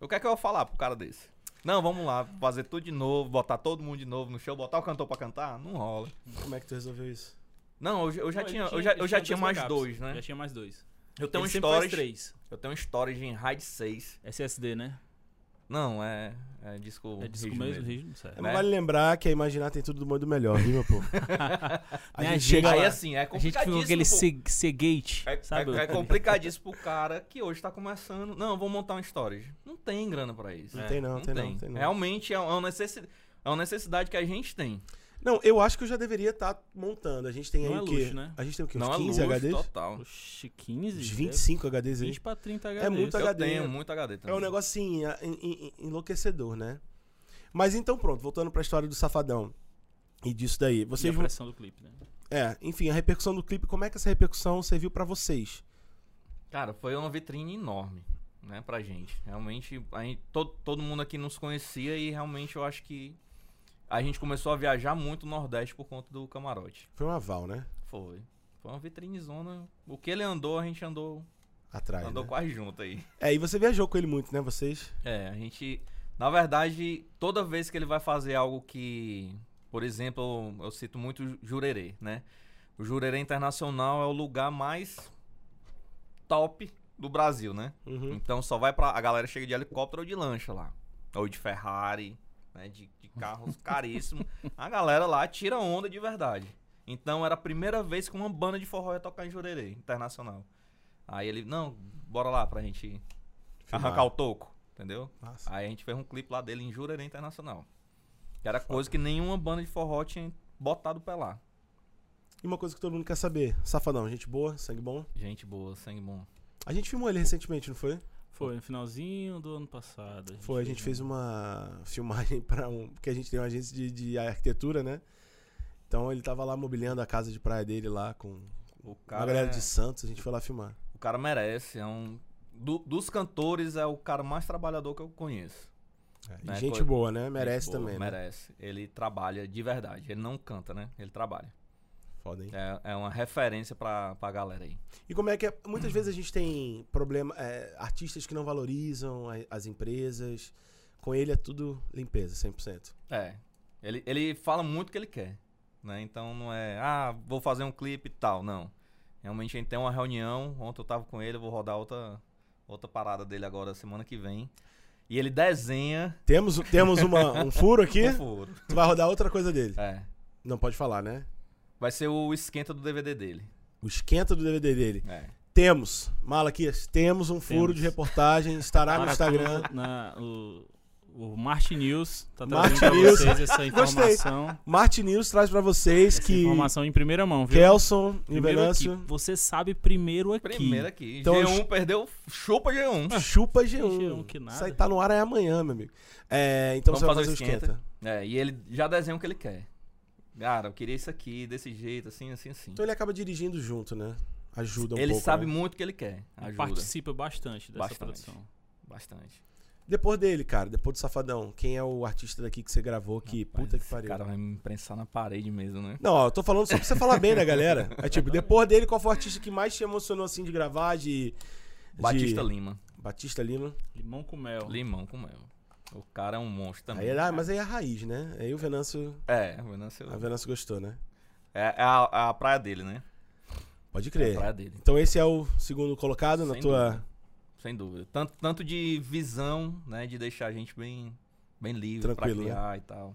B: O que é que eu vou falar pro cara desse? Não, vamos lá, fazer tudo de novo, botar todo mundo de novo no show, botar o cantor pra cantar? Não rola.
A: Como é que tu resolveu isso?
B: Não, eu, já- eu já
C: Não, ele
B: tinha, eu
C: tinha-
B: já,
C: ele
B: eu já tinha
C: tinha dois
B: mais
C: backups.
B: dois, né?
C: Já tinha mais dois.
B: Eu tenho um
C: Ele sempre faz
B: storage,
C: três.
B: eu tenho um storage em RAID 6.
C: SSD, né?
B: Não, é, é disco
C: É disco
B: rígido
C: mesmo,
B: mesmo.
C: rígido, certo.
A: Mas
B: Né?
A: Vale lembrar que a imaginar tem tudo do mundo melhor, viu, meu povo? a
C: Né,
A: gente
C: gente?
A: chega
B: Aí
A: lá.
B: assim, é
C: A gente ficou com
B: complicadíssimo.
C: aquele
B: pô.
C: se- Seagate,
B: É,
C: sabe?
B: é- é complicadíssimo pro cara que hoje tá começando. Não, eu vou montar um storage. Não tem grana pra isso.
A: Não tem não, tem não, tem não.
B: Realmente é uma necessidade. É uma necessidade que a gente tem.
A: Não, eu acho que eu já deveria estar montando. A gente tem
C: Não
A: aí
C: é
A: o quê?
C: luxo, né?
A: A gente tem o quê? Uns
B: não
A: 15
B: é luxo
A: HDs?
B: total.
C: Oxi, 15?
A: Uns
C: deve-
A: 25 HDs aí.
C: 20 É pra 30 HDs.
A: É muito
B: Eu
A: HD.
B: tenho muito HD
A: É
B: também.
A: um negócio assim, a- en- en- en- enlouquecedor, né? Mas então pronto, voltando pra história do Safadão e disso daí.
C: E a
A: Vocês vão...
C: pressão do clipe, né?
A: É, enfim, a repercussão do clipe, como é que essa repercussão serviu pra vocês?
B: Cara, foi uma vitrine enorme, né, pra gente. Realmente, a gente, todo, todo mundo aqui nos conhecia e realmente eu acho que a gente começou a viajar muito no Nordeste por conta do camarote.
A: Foi um aval, né?
B: Foi. Foi uma vitrinezona. O que ele andou, a gente andou,
A: Atrás.
B: andou
A: né?
B: quase junto aí.
A: É, e você viajou com ele muito, né? Vocês.
B: É, a gente. Na verdade, toda vez que ele vai fazer algo que. Por exemplo, eu cito muito Ju- Jurerê, né? O Jurerê Internacional é o lugar mais top do Brasil, né?
A: Uhum.
B: Então só vai pra. A galera chega de helicóptero ou de lancha lá. Ou de Ferrari, né? De, de carros caríssimos. A galera lá tira onda de verdade. Então era a primeira vez que uma banda de forró ia tocar em Jurerê Internacional. Aí ele, não, bora lá pra gente
A: Filmar.
B: arrancar o toco, entendeu?
A: Massa.
B: Aí a gente fez um clipe lá dele em Jurerê Internacional. Que era coisa que nenhuma banda de forró tinha botado pra lá.
A: E uma coisa que todo mundo quer saber: Safadão, gente boa, sangue bom.
B: Gente boa, sangue bom.
A: A gente filmou ele recentemente, não foi?
C: Foi no finalzinho do ano passado.
A: Foi, a gente fez uma filmagem para um. Porque a gente tem uma agência de, de arquitetura, né? Então ele tava lá mobiliando a casa de praia dele lá com
B: O
A: uma
B: cara, é-
A: galera de Santos, a gente foi lá filmar.
B: o cara merece. É um, do- dos cantores, é o cara mais trabalhador que eu conheço.
A: E
B: Né,
A: gente
B: foi-
A: boa, né? Merece
B: Gente boa,
A: também. Né?
B: Merece. Ele trabalha de verdade. Ele não canta, né? Ele trabalha.
A: Foda, hein?
B: É, é uma referência pra, pra galera aí.
A: E como é que é? Muitas vezes a gente tem problema. é, artistas que não valorizam a- as empresas. Com ele é tudo limpeza, 100%.
B: É. Ele, ele fala muito o que ele quer. Né? Então não é, ah, vou fazer um clipe e tal. Não. Realmente a gente tem uma reunião. Ontem eu tava com ele, eu vou rodar outra, outra parada dele agora semana que vem. E ele desenha
A: Temos, temos uma- um furo aqui.
B: o furo.
A: Tu vai rodar outra coisa dele.
B: É.
A: Não pode falar, né?
B: Vai ser o esquenta do DVD dele.
A: O esquenta do DVD dele.
B: É.
A: Temos, Malaquias, temos um furo
C: Temos.
A: de reportagem, estará Tá no Instagram.
C: Na, né, o, o Martin News tá
A: Martin
C: trazendo pra
A: News.
C: vocês essa
A: Gostei.
C: informação.
A: Martin News traz pra vocês
C: Essa
A: que
C: informação em primeira mão, viu?
A: Kelson e
C: primeiro aqui.
A: Venâncio
C: Você sabe primeiro aqui.
B: Primeiro aqui.
A: Então,
B: G1
A: eu-
B: perdeu, chupa G1.
A: chupa
C: G1,
A: G1.
C: que nada.
A: Isso aí tá no ar é amanhã, meu amigo. É, então
B: um Vamos
A: você vai
B: fazer
A: fazer
B: o
A: o esquenta.
B: É, e ele já desenha o que ele quer. Cara, eu queria isso aqui, desse jeito, assim, assim, assim.
A: Então ele acaba dirigindo junto, né? Ajuda um
B: ele
A: pouco.
B: sabe
A: né?
B: muito o que ele quer. Ajuda.
C: Participa bastante dessa
B: Bastante.
C: produção.
B: Bastante.
A: Depois dele, cara, depois do Safadão, quem é o artista daqui que você gravou que puta que
B: Esse
A: pariu?
B: cara vai me prensar na parede mesmo, né?
A: Não, ó, eu tô falando só pra você falar bem, né, galera? É tipo, depois dele, qual foi o artista que mais te emocionou assim de gravar? De. de-
B: Batista Lima.
A: Batista Lima.
C: Limão com mel.
B: Limão com mel. O cara é um monstro também.
A: Aí, é- ah, mas aí é a raiz, né? Aí o Venâncio.
B: É, o Venâncio-
A: A Venâncio gostou, né?
B: É, é a, a praia dele, né?
A: Pode
B: É
A: crer.
B: a praia dele.
A: Então esse é o segundo colocado na
B: Sem
A: tua.
B: dúvida. Sem dúvida. Tanto, tanto de visão, né? De deixar a gente bem, bem livre
A: Tranquilo, né?
B: pra criar e tal.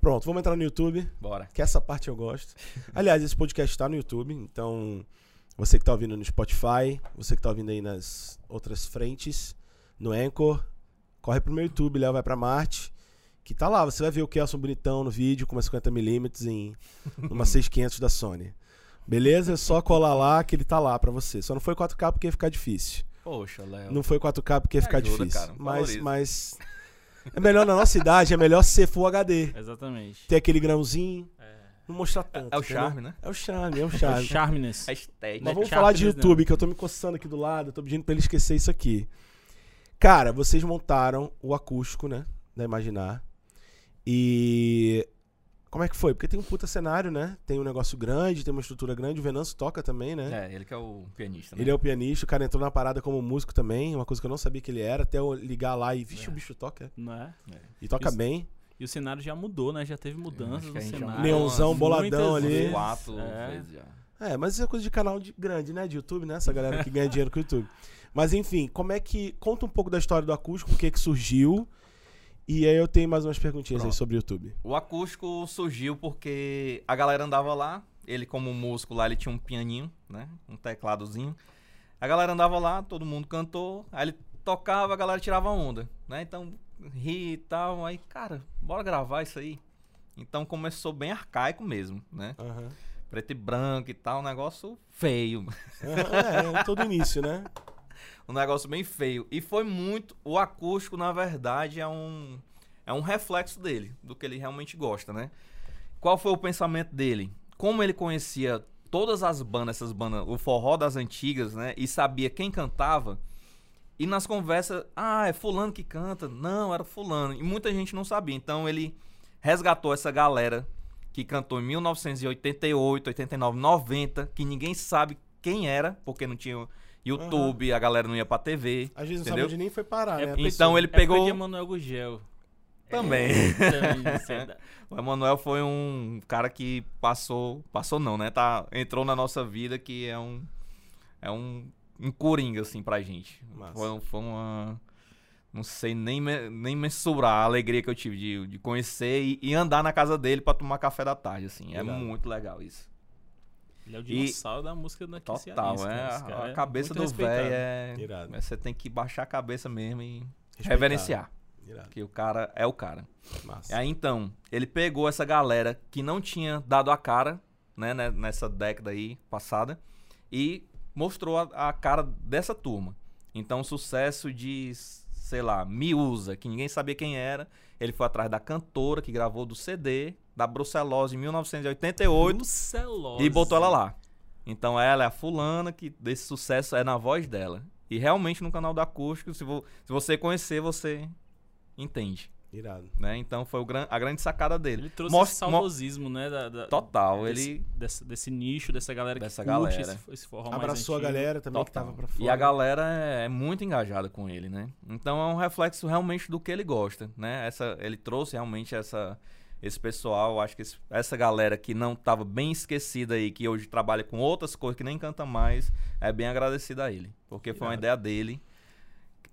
A: Pronto, vamos entrar no YouTube,
B: Bora.
A: que essa parte eu gosto. Aliás, esse podcast tá no YouTube, então você que tá ouvindo no Spotify, você que tá ouvindo aí nas outras frentes, no Anchor, corre pro meu YouTube, Léo vai pra Marte, que tá lá, você vai ver o Kelson bonitão no vídeo, com uma 50mm em uma 6500 da Sony. Beleza? É só colar lá que ele tá lá pra você. Só não foi 4K porque ia ficar difícil.
B: Poxa, Léo.
A: Não foi 4K porque ia
B: É. Me
A: ficar
B: ajuda,
A: difícil.
B: cara,
A: mas,
B: valoriza.
A: mas. É melhor na nossa idade, é melhor ser Full HD.
C: Exatamente.
A: Ter aquele grãozinho. Não mostrar tanto.
B: É o
A: entendeu?
B: charme, né?
A: É o charme, é o
C: O
A: charme.
C: Charminess.
B: A estética.
A: Mas vamos
C: Charme
A: falar de
C: mesmo.
A: YouTube, que eu tô me coçando aqui do lado, eu tô pedindo pra ele esquecer isso aqui. Cara, vocês montaram o acústico, né? Da Imaginar. E. Como é que foi? Porque tem um puta cenário, né? Tem um negócio grande, tem uma estrutura grande. O Venâncio toca também, né?
B: É, ele que é o pianista, né?
A: Ele é o pianista, o cara entrou na parada como músico também, uma coisa que eu não sabia que ele era, até eu ligar lá e, vixe, o bicho toca.
C: Não é?
A: E toca
C: Isso.
A: bem.
C: E o cenário já mudou, né? Já teve mudanças
B: acho
C: no
B: que a gente já
C: cenário.
B: mudou
A: Neonzão
C: Ah, Muitas
A: boladão um ali.
C: vezes.
B: Quatro
C: É.
B: vezes já.
A: É, mas isso é coisa de canal de grande, né? De YouTube, né? Essa galera que ganha dinheiro com o YouTube. Mas enfim, como é que. Conta um pouco da história do acústico, o que que surgiu. E aí eu tenho mais umas perguntinhas aí
B: Pronto.
A: sobre o YouTube.
B: O acústico surgiu porque a galera andava lá, ele como músico lá, ele tinha um pianinho, né? Um tecladozinho. A galera andava lá, todo mundo cantou, aí ele tocava, a galera tirava onda, né? Então, ri e tal, aí, cara, bora gravar isso aí. Então começou bem arcaico mesmo, né?
A: Aham.
B: Preto e branco e tal, um negócio feio,
A: Aham, é, é todo início, né?
B: um negócio bem feio. E foi muito. O acústico, na verdade, é um, é um reflexo dele, do que ele realmente gosta, né? Qual foi o pensamento dele? Como ele conhecia todas as bandas, essas bandas, o forró das antigas, né? E sabia quem cantava. E nas conversas, ah, é fulano que canta. Não, era fulano. E muita gente não sabia. Então ele resgatou essa galera que cantou em 1988, 89, 90, que ninguém sabe quem era, porque não tinha YouTube, a galera não ia pra TV.
A: Às vezes não sabe
B: Entendeu?
A: onde nem foi parar, né?
C: É
A: A
C: por
A: pessoa-
C: isso-
B: Então ele
C: é porque
B: pegou-
C: tinha Manuel Gugel.
B: Também.
C: Também, isso é da-
B: O Emanuel foi um cara que passou. Passou não, né? Tá, entrou na nossa vida que é um. É um, um coringa, assim, pra gente.
A: Massa.
B: Foi, foi uma. Não sei nem, me- nem mensurar a alegria que eu tive de, de conhecer e, e andar na casa dele pra tomar café da tarde, assim. É
A: Legal.
B: muito legal isso.
C: Ele é o dinossauro da música daqui
B: Total,
C: cearense,
B: é.
C: cara. Esse cara
B: A,
C: é
B: cabeça
C: muito
B: do velho
C: respeitado.
B: é.
A: Irado.
B: Você tem que baixar a cabeça mesmo e
A: Respeitar.
B: reverenciar.
A: Irado.
B: Porque o cara é o cara.
A: Massa.
B: Aí então, ele pegou essa galera que não tinha dado a cara, né, né, nessa década aí passada, e mostrou a, a cara dessa turma. Então, sucesso de, sei lá, Miúza, que ninguém sabia quem era. Ele foi atrás da cantora que gravou do CD, da Brucelose em 1988,
C: Brucelose.
B: e botou ela lá. Então, ela é a fulana que desse sucesso é na voz dela. E realmente no canal do Acústico, se, vo- se você conhecer, você entende
A: Irado.
B: né? Então foi o gran- a grande sacada dele.
C: Ele trouxe
B: Mostra-
C: esse saudosismo, né? Da,
A: é
C: da-
B: Total,
C: desse,
B: ele
C: Desse, desse nicho, dessa galera
B: Dessa
C: que curte
B: galera.
C: Esse, esse forró mais
A: Abraçou a
C: antigo.
A: galera também que
B: total.
A: tava pra fora.
B: E a galera é é muito engajada com ele, né? Então é um reflexo realmente do que ele gosta, né? Essa, ele trouxe realmente essa esse pessoal, acho que esse- essa galera que não tava bem esquecida aí, que hoje trabalha com outras coisas que nem canta mais, é bem agradecida a ele, porque foi uma
A: Irado.
B: ideia dele.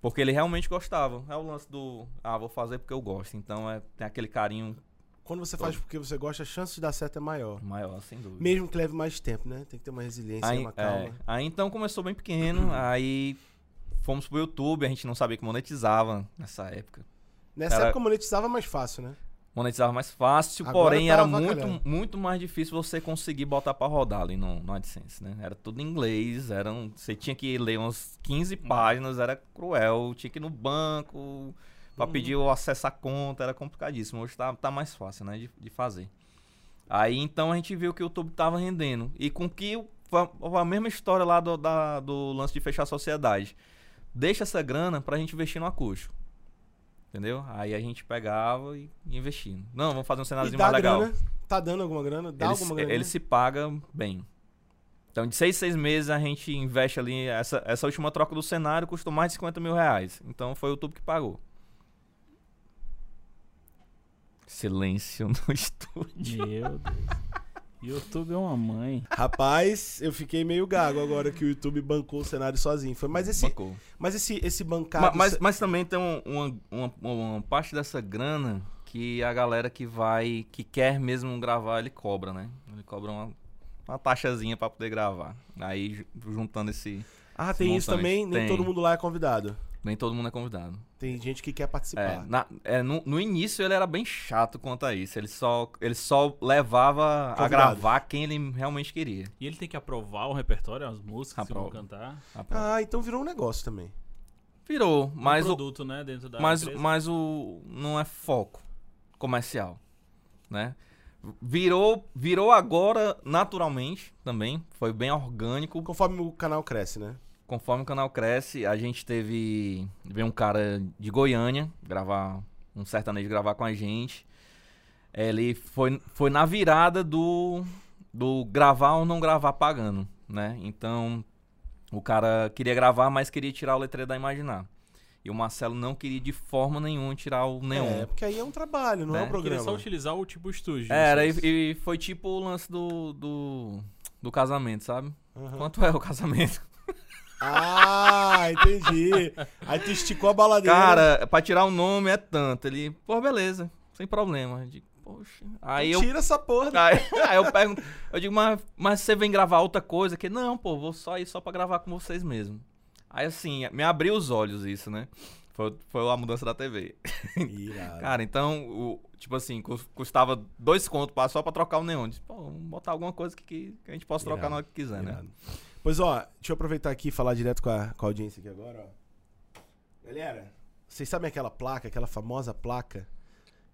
B: Porque ele realmente gostava. É o lance do, ah, vou fazer porque eu gosto. Então é tem aquele carinho
A: Quando você faz porque você gosta, a chance de dar certo é maior.
B: maior, sem dúvida.
A: Mesmo que leve mais tempo, né? Tem que ter uma resiliência,
B: Aí,
A: uma calma.
B: é, aí então começou bem pequeno, aí fomos pro YouTube, a gente não sabia que monetizava nessa época.
A: Nessa
B: Era-
A: época eu monetizava mais fácil, né?
B: Monetizava mais fácil,
A: Agora
B: porém
A: tá
B: era
A: avacalhado.
B: muito, muito mais difícil você conseguir botar pra rodar ali no, no AdSense, né? Era tudo em inglês, era um- você tinha que ler umas 15
A: Hum.
B: páginas, era cruel, tinha que ir no banco
A: Uhum.
B: pra pedir o acesso à conta, era complicadíssimo. Hoje tá, tá mais fácil, né, de, de fazer. Aí então a gente viu que o YouTube tava rendendo. E com que o- fa- a mesma história lá do, da- do lance de fechar a sociedade. Deixa essa grana pra gente investir no acústico. Entendeu? Aí a gente pegava e ia investindo. Não, vamos fazer um
A: E
B: cenáriozinho
A: dá
B: mais legal.
A: grana? Tá dando alguma grana? Dá
B: ele,
A: alguma grana?
B: ele se paga bem. Então, de seis, seis meses a gente investe ali. Essa, essa última troca do cenário custou mais de 50 mil reais. Então foi o YouTube que pagou. Silêncio no estúdio.
C: Meu Deus. YouTube é uma mãe.
A: Rapaz, eu fiquei meio gago agora que o YouTube bancou o cenário sozinho. Foi, mas esse,
B: Bancou.
A: mas esse, esse
B: Ma-
A: bancado.
B: Mas, mas também tem um- uma, uma- uma parte dessa grana que a galera que vai, que quer mesmo gravar, ele cobra, né? Ele cobra uma, uma taxazinha pra poder gravar. Aí ju- juntando esse.
A: ah, tem isso
B: Montante.
A: também? Nem
B: Tem.
A: todo mundo lá é convidado.
B: Nem todo mundo é convidado.
A: Tem gente que quer
B: É,
A: participar.
B: na- é, no, no início ele era bem chato quanto a isso. Ele só, ele só levava a
A: Convidados.
B: gravar quem ele realmente queria.
C: E ele tem que aprovar o repertório, as músicas que vão
B: Aprova.
C: cantar.
B: A prova.
A: Ah, então virou um negócio também.
B: Virou, mas
C: um
B: o,
C: produto, né, dentro da
B: mas,
C: empresa.
B: mas o não é foco comercial, né? Virou, virou agora naturalmente também, foi bem orgânico.
A: Conforme o canal cresce, né?
B: Conforme o canal cresce, a gente teve veio um cara de Goiânia gravar um sertanejo gravar com a gente. É, Ele foi, foi na virada do do gravar ou não gravar pagando, né? Então o cara queria gravar, mas queria tirar o letreiro da Imaginar. E o Marcelo não queria de forma nenhuma tirar o neon.
A: É, porque aí é um trabalho, não é,
B: Né?
A: um
C: Eu queria
A: programa.
C: só utilizar o tipo estúdio.
B: É, Era,
C: não
B: e,
C: sei se-
B: e foi tipo o lance do, do, do casamento, sabe?
A: Aham.
B: Quanto é o casamento?
A: Ah, entendi. Aí tu esticou a baladeira.
B: Cara, pra tirar o nome é tanto. Ele, pô, beleza, sem problema. Eu digo, poxa. Aí eu,
A: Tira essa porra.
B: aí, aí eu pergunto, eu digo, mas, mas você vem gravar outra coisa? Que não, pô, vou só ir só pra gravar com vocês mesmo. Aí assim, me abriu os olhos isso, né? Foi, foi a mudança da TV.
A: Irado.
B: Cara, então, o, tipo assim, cus- custava dois contos pra- só pra trocar o neon. Disse, pô, vamos botar alguma coisa que, que que a gente possa trocar
A: Irado,
B: na hora que quiser, né?
A: Irado. Pois ó, deixa eu aproveitar aqui e falar direto com a, com a audiência aqui agora, ó. Galera, vocês sabem aquela placa, aquela famosa placa?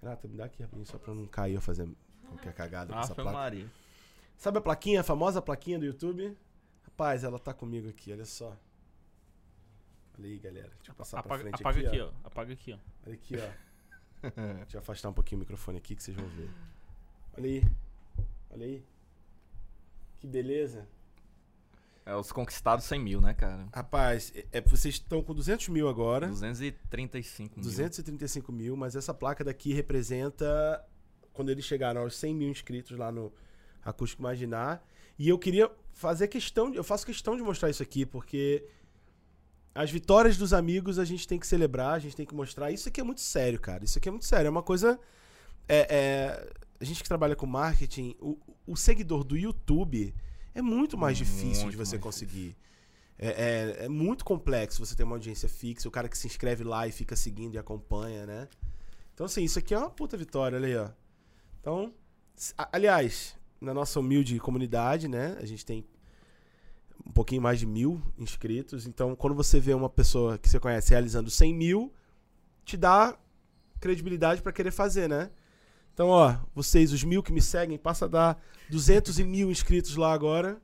A: Renata, me dá aqui rapidinho só pra eu não cair eu fazer qualquer cagada com essa
B: Ave
A: placa.
B: Maria.
A: Sabe a plaquinha, a famosa plaquinha do YouTube? Rapaz, ela tá comigo aqui, olha só. Olha aí, galera. Deixa eu passar pra
C: Apaga,
A: frente
C: apaga
A: aqui,
C: aqui,
A: ó.
C: ó. Apaga aqui, ó.
A: Olha aqui, ó. Deixa eu afastar um pouquinho o microfone aqui que vocês vão ver. Olha aí. Olha aí. Que beleza.
B: É os conquistados 100 mil, né, cara?
A: Rapaz, é- é- vocês estão com 200 mil agora.
B: 235 mil.
A: 235 mil, mas essa placa daqui representa quando eles chegaram aos 100 mil inscritos lá no Acústico Imaginar. E eu queria fazer questão, de- eu faço questão de mostrar isso aqui, porque as vitórias dos amigos a gente tem que celebrar, a gente tem que mostrar. Isso aqui é muito sério, cara. Isso aqui é muito sério. É uma coisa. é- é, a gente que trabalha com marketing, o, o seguidor do YouTube é muito mais difícil de
B: Muito
A: você
B: mais
A: conseguir. É, é- é muito complexo você ter uma audiência fixa, o cara que se inscreve lá e fica seguindo e acompanha, né? Então, assim, isso aqui é uma puta vitória, olha aí, ó. Então, s- a- aliás, na nossa humilde comunidade, né? A gente tem um pouquinho mais de mil inscritos. Então, quando você vê uma pessoa que você conhece realizando 100 mil, te dá credibilidade pra querer fazer, né? Então, ó, vocês, os mil que me seguem, passa a dar 200 e mil inscritos lá agora.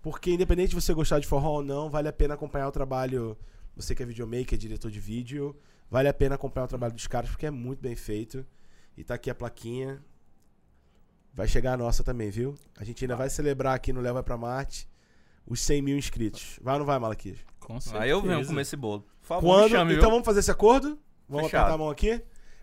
A: Porque, independente de você gostar de forró ou não, vale a pena acompanhar o trabalho. Você que é videomaker, diretor de vídeo, vale a pena acompanhar o trabalho dos caras, porque é muito bem feito. E tá aqui a plaquinha. Vai chegar a nossa também, viu? A gente ainda vai celebrar aqui no Léo Vai Pra Marte os 100 mil inscritos. Vai ou não vai, Malaquias?
C: Com certeza.
B: Aí eu venho comer esse bolo. Por favor,
A: Quando,
B: Tá me chame,
A: então
B: viu?
A: vamos fazer esse acordo? Vamos
B: Fechado.
A: apertar a mão aqui.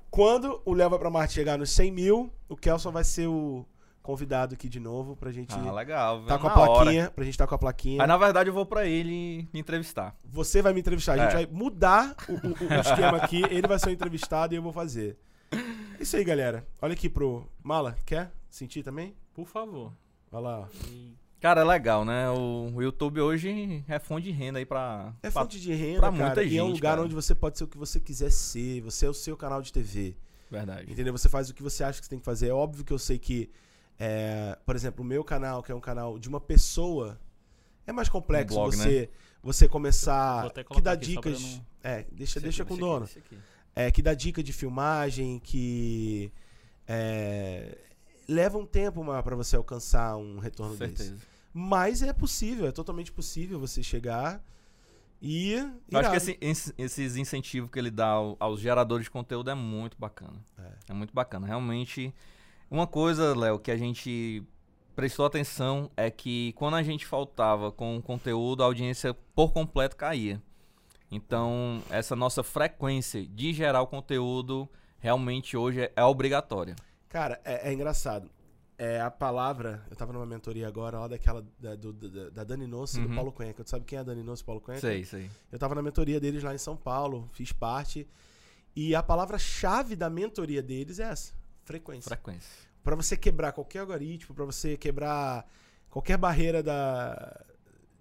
A: Quando o Leva pra Marte chegar nos 100 mil, o Kelson vai ser o convidado aqui de novo pra gente
B: Ah, legal.
A: tá
B: viu?
A: com a
B: Na hora.
A: plaquinha. Pra gente tá com a plaquinha.
B: Aí, na verdade, eu vou pra ele me entrevistar.
A: Você vai me entrevistar. A gente
B: É.
A: vai mudar o, o- o esquema aqui. Ele vai ser o entrevistado e eu vou fazer. É isso aí, galera. Olha aqui pro Mala. Quer sentir também?
C: Por favor.
A: Vai lá. ó.
B: Cara, é legal, né? O, o YouTube hoje é fonte de renda aí pra...
A: É
B: pra-
A: fonte de renda,
B: pra
A: cara.
B: muita
A: e é um
B: gente,
A: lugar
B: cara.
A: onde você pode ser o que você quiser ser. Você é o seu canal de TV.
B: Verdade.
A: Entendeu? Você faz o que você acha que você tem que fazer. É óbvio que eu sei que, é, por exemplo, o meu canal, que é um canal de uma pessoa, é mais complexo
B: Um blog,
A: você você começar
C: Vou até
A: que
C: colocar
A: dá
C: aqui só pra
A: dicas.
C: não-
A: É, deixa,
B: Esse
A: deixa
B: aqui,
A: com o
B: esse aqui,
A: dono.
B: esse aqui.
A: É, que dá dica de filmagem, que é, leva um tempo para você alcançar um retorno desse.
B: certeza.
A: Mas é possível, é totalmente possível você chegar e.
B: Eu acho
A: irado.
B: que esse- esse- esses incentivos que ele dá ao- aos geradores de conteúdo é muito bacana. É, muito bacana. Realmente, uma coisa, Léo, que a gente prestou atenção é que quando a gente faltava com o conteúdo, a audiência por completo caía. Então, essa nossa frequência de gerar o conteúdo realmente hoje é, é obrigatória.
A: Cara, é, é engraçado. É a palavra. Eu tava numa mentoria agora lá daquela. Da, do- da- da Dani Nosso e do
B: Uhum.
A: Paulo Cuenca. Tu sabe quem é a Dani Nosso e o Paulo Cuenca?
B: Sei, sei.
A: Eu tava na mentoria deles lá em São Paulo, fiz parte. E a palavra-chave da mentoria deles é essa: frequência.
B: Frequência.
A: Pra você quebrar qualquer algoritmo, pra você quebrar qualquer barreira da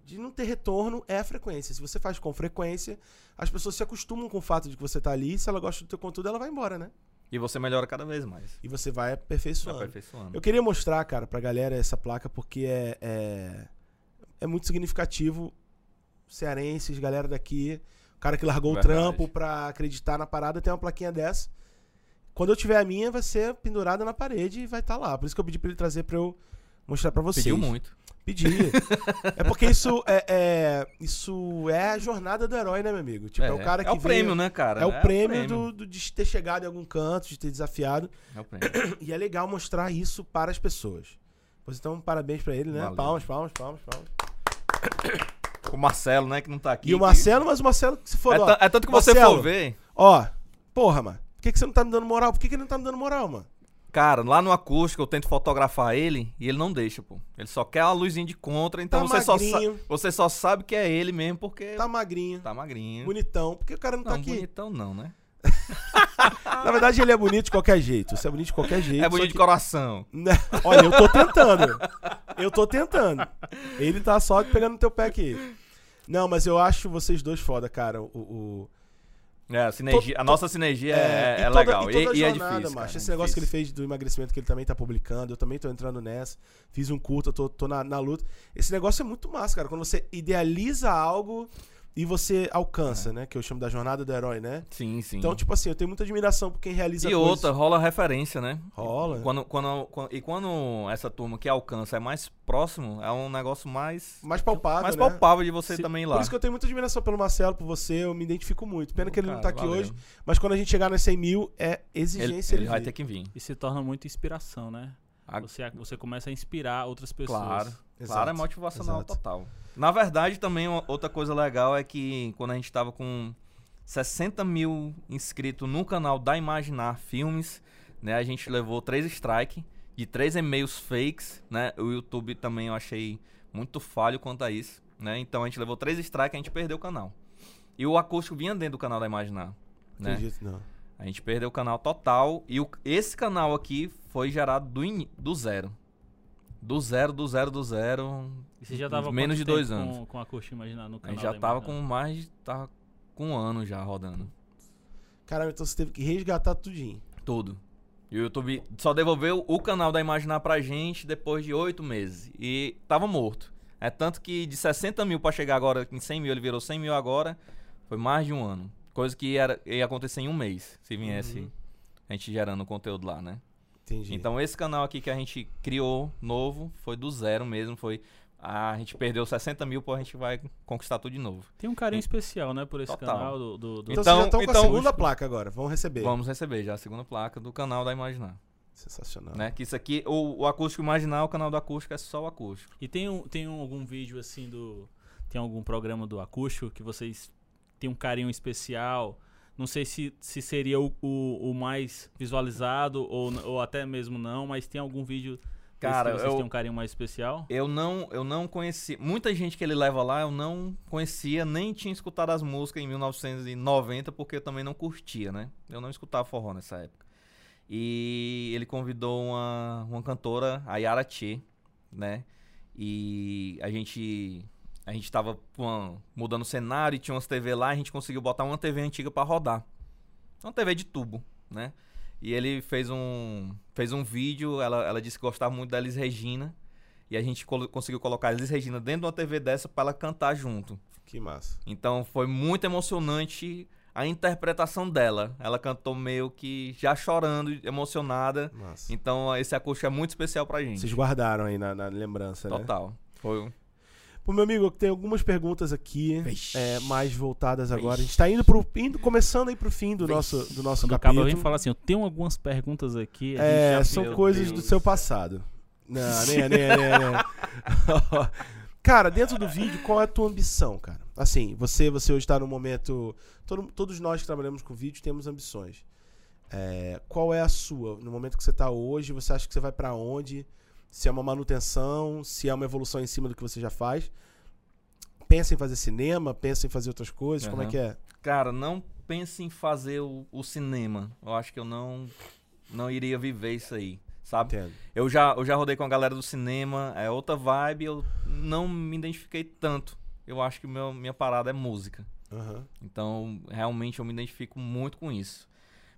A: de não ter retorno é a frequência. Se você faz com frequência, as pessoas se acostumam com o fato de que você tá ali, se ela gosta do teu conteúdo, ela vai embora, né?
B: E você melhora cada vez mais.
A: E você vai aperfeiçoando.
B: Aperfeiçoando.
A: Eu queria mostrar, cara, pra galera essa placa porque é, é, é muito significativo. Cearenses, galera daqui, o cara que largou
B: Verdade.
A: o trampo pra acreditar na parada, tem uma plaquinha dessa. Quando eu tiver a minha, vai ser pendurada na parede e vai estar lá. Por isso que eu pedi pra ele trazer pra eu mostrar pra vocês.
B: Pediu muito.
A: Pedi. é porque isso é, é- isso é a jornada do herói, né, meu amigo? Tipo, é, o cara que
B: é o
A: veio-
B: prêmio, né, cara?
A: É o prêmio, do- do- de ter chegado em algum canto, de ter desafiado.
B: É o prêmio.
A: E é legal mostrar isso para as pessoas. Pois então, parabéns pra ele, né?
B: Valeu.
A: Palmas, palmas, palmas, palmas.
B: O Marcelo, né, que não tá aqui.
A: e o
B: que-
A: Marcelo, mas o Marcelo que se for,
B: É,
A: ó,
B: tan- é tanto que você
A: Marcelo.
B: for ver.
A: ó, porra, mano, por que, que você não tá me dando moral? Por que, que ele não tá me dando moral, mano?
B: Cara, lá no acústico eu tento fotografar ele e ele não deixa, pô. Ele só quer uma luzinha de contra, então
A: Tá
B: você, só
A: magrinho.
B: sa- você só sabe que é ele mesmo porque tá,
A: Tá magrinho,
B: magrinho.
A: bonitão, por que o cara não,
B: não,
A: tá aqui?
B: bonitão não, né?
A: Na verdade, ele é bonito de qualquer jeito. Você é bonito de qualquer jeito.
B: é
A: só
B: bonito de
A: que-
B: coração.
A: Né? Olha, eu tô tentando. Eu tô tentando. Ele tá só pegando teu pé aqui. Não, mas eu acho vocês dois foda, cara. O, o-
B: É, a, sinergia, a nossa sinergia é,
A: e
B: é
A: toda-
B: legal. E,
A: toda a
B: e é
A: jornada,
B: difícil.
A: macho.
B: cara,
A: Esse
B: é
A: negócio que ele
B: difícil.
A: fez do emagrecimento que ele também tá publicando, eu também tô entrando nessa. Fiz um curto, eu tô, tô na, na luta. Esse negócio é muito massa, cara. Quando você idealiza algo e você alcança, né? Que eu chamo da jornada do herói, né?
B: É. Sim, sim.
A: Então, tipo assim, eu tenho muita admiração por quem realiza
B: e
A: coisas.
B: outra, rola referência, né?
A: Rola.
B: Quando, quando, quando- e quando essa turma que alcança é mais próximo, é um negócio mais,
A: Mais palpável,
B: mais
A: né?
B: palpável de você
C: Se-
B: também ir lá.
A: Por isso que eu tenho muita admiração pelo Marcelo, por você, eu me identifico muito. Pena que ele não tá
B: Cara,
A: aqui
B: valeu.
A: hoje, mas quando a gente chegar nas 100 mil, é
B: Ele,
A: exigência ele,
B: ele vai
A: vir.
B: ter que vir.
C: E se torna muito inspiração, né?
B: A-
C: Você, você começa a inspirar outras pessoas.
B: Claro,
A: Exato,
B: claro, é motivacional
A: exato.
B: total. Na verdade, também uma- outra coisa legal é que quando a gente tava com 60 mil inscritos no canal da Imaginar Filmes, né? A gente levou três strikes de três e-mails fakes, né? O YouTube também eu achei muito falho quanto a isso, né? Então a gente levou três strikes e a gente perdeu o canal. E o acústico vinha dentro do canal da Imaginar, né?
A: Acredito, não.
B: A gente perdeu o canal total e o- esse canal aqui foi gerado do, ini- do zero. Do zero, do zero, do zero.
C: E você já tava
B: Menos de
C: quanto
B: dois
C: tempo
B: anos.
C: Com, com a Coxa Imaginar no
B: A
C: canal.
B: gente já
C: da
B: tava com
C: Imaginar?
B: mais. de- Tava com um ano já rodando.
A: Caramba, então você teve que resgatar tudinho.
B: Tudo. E o YouTube só devolveu o canal da Imaginar pra gente depois de oito meses. E tava morto. É tanto que de 60 mil pra chegar agora em 100 mil, ele virou 100 mil agora. Foi mais de um ano. Coisa que era, ia acontecer em um mês, se viesse
A: Uhum.
B: a gente gerando conteúdo lá, né?
A: Entendi.
B: Então esse canal aqui que a gente criou novo foi do zero mesmo, foi a gente perdeu 60 mil, pô, a gente vai conquistar tudo de novo.
C: Tem um carinho especial, né? Por esse
B: Total.
C: canal do. do- do-
A: então,
B: então-
A: vocês já estão com a
B: então-
A: segunda placa agora, vão receber.
B: Vamos receber já a segunda placa do canal da Imaginar,
A: Sensacional.
B: né? Que isso aqui, o, o acústico Imaginar, o canal do acústico é só o acústico.
C: E tem, um, tem um- algum vídeo assim do. Tem algum programa do acústico que vocês têm um carinho especial? Não sei se, se seria o, o, o mais visualizado ou, n- ou até mesmo não, mas tem algum vídeo desse
B: Cara,
C: que vocês
B: eu-
C: têm um carinho mais especial?
B: Eu não, eu não conheci, muita gente que ele leva lá eu não conhecia, nem tinha escutado as músicas em 1990 porque eu também não curtia, né? Eu não escutava forró nessa época. E ele convidou uma, uma cantora, a Yara Tchê, né? E a gente a gente tava com uma- mudando o cenário e tinha umas TV lá, a gente conseguiu botar uma TV antiga pra rodar. Uma TV de tubo, né? E ele fez um fez um vídeo, ela, ela disse que gostava muito da Elis Regina, e a gente colo- conseguiu colocar a Elis Regina dentro de uma TV dessa pra ela cantar junto.
A: Que massa.
B: Então foi muito emocionante a interpretação dela. Ela cantou meio que já chorando, emocionada.
A: Massa.
B: Então esse acústico é muito especial pra gente.
A: Vocês guardaram aí na, na lembrança, né?
B: Total. Foi um-
A: Pô, meu amigo, tem algumas perguntas aqui,
B: Vixe.
A: é, mais voltadas agora. A gente tá indo pro. Indo, começando aí pro fim do nosso, do nosso
C: Quando acaba, a
A: capítulo.
C: gente fala assim: eu tenho algumas perguntas aqui. a gente
A: É,
C: já-
A: são
B: Meu
A: coisas do
B: Deus.
A: seu passado. Não, nem é, nem é, nem é, nem é. cara, dentro do vídeo, qual é a tua ambição, cara? Assim, você, você hoje tá num momento. todo- todos nós que trabalhamos com vídeo temos ambições. É, qual é a sua? No momento que você tá hoje, você acha que você vai pra onde? Se é uma manutenção, se é uma evolução em cima do que você já faz. Pensa em fazer cinema, pensa em fazer outras coisas, como é
B: Aham.
A: que é?
B: Cara, não pense em fazer o, o cinema. Eu acho que eu não, não iria viver isso aí, sabe?
A: Entendo.
B: Eu já, eu já rodei com a galera do cinema, é outra vibe, eu não me identifiquei tanto. Eu acho que meu, minha parada é música.
A: Aham.
B: Então, realmente eu me identifico muito com isso.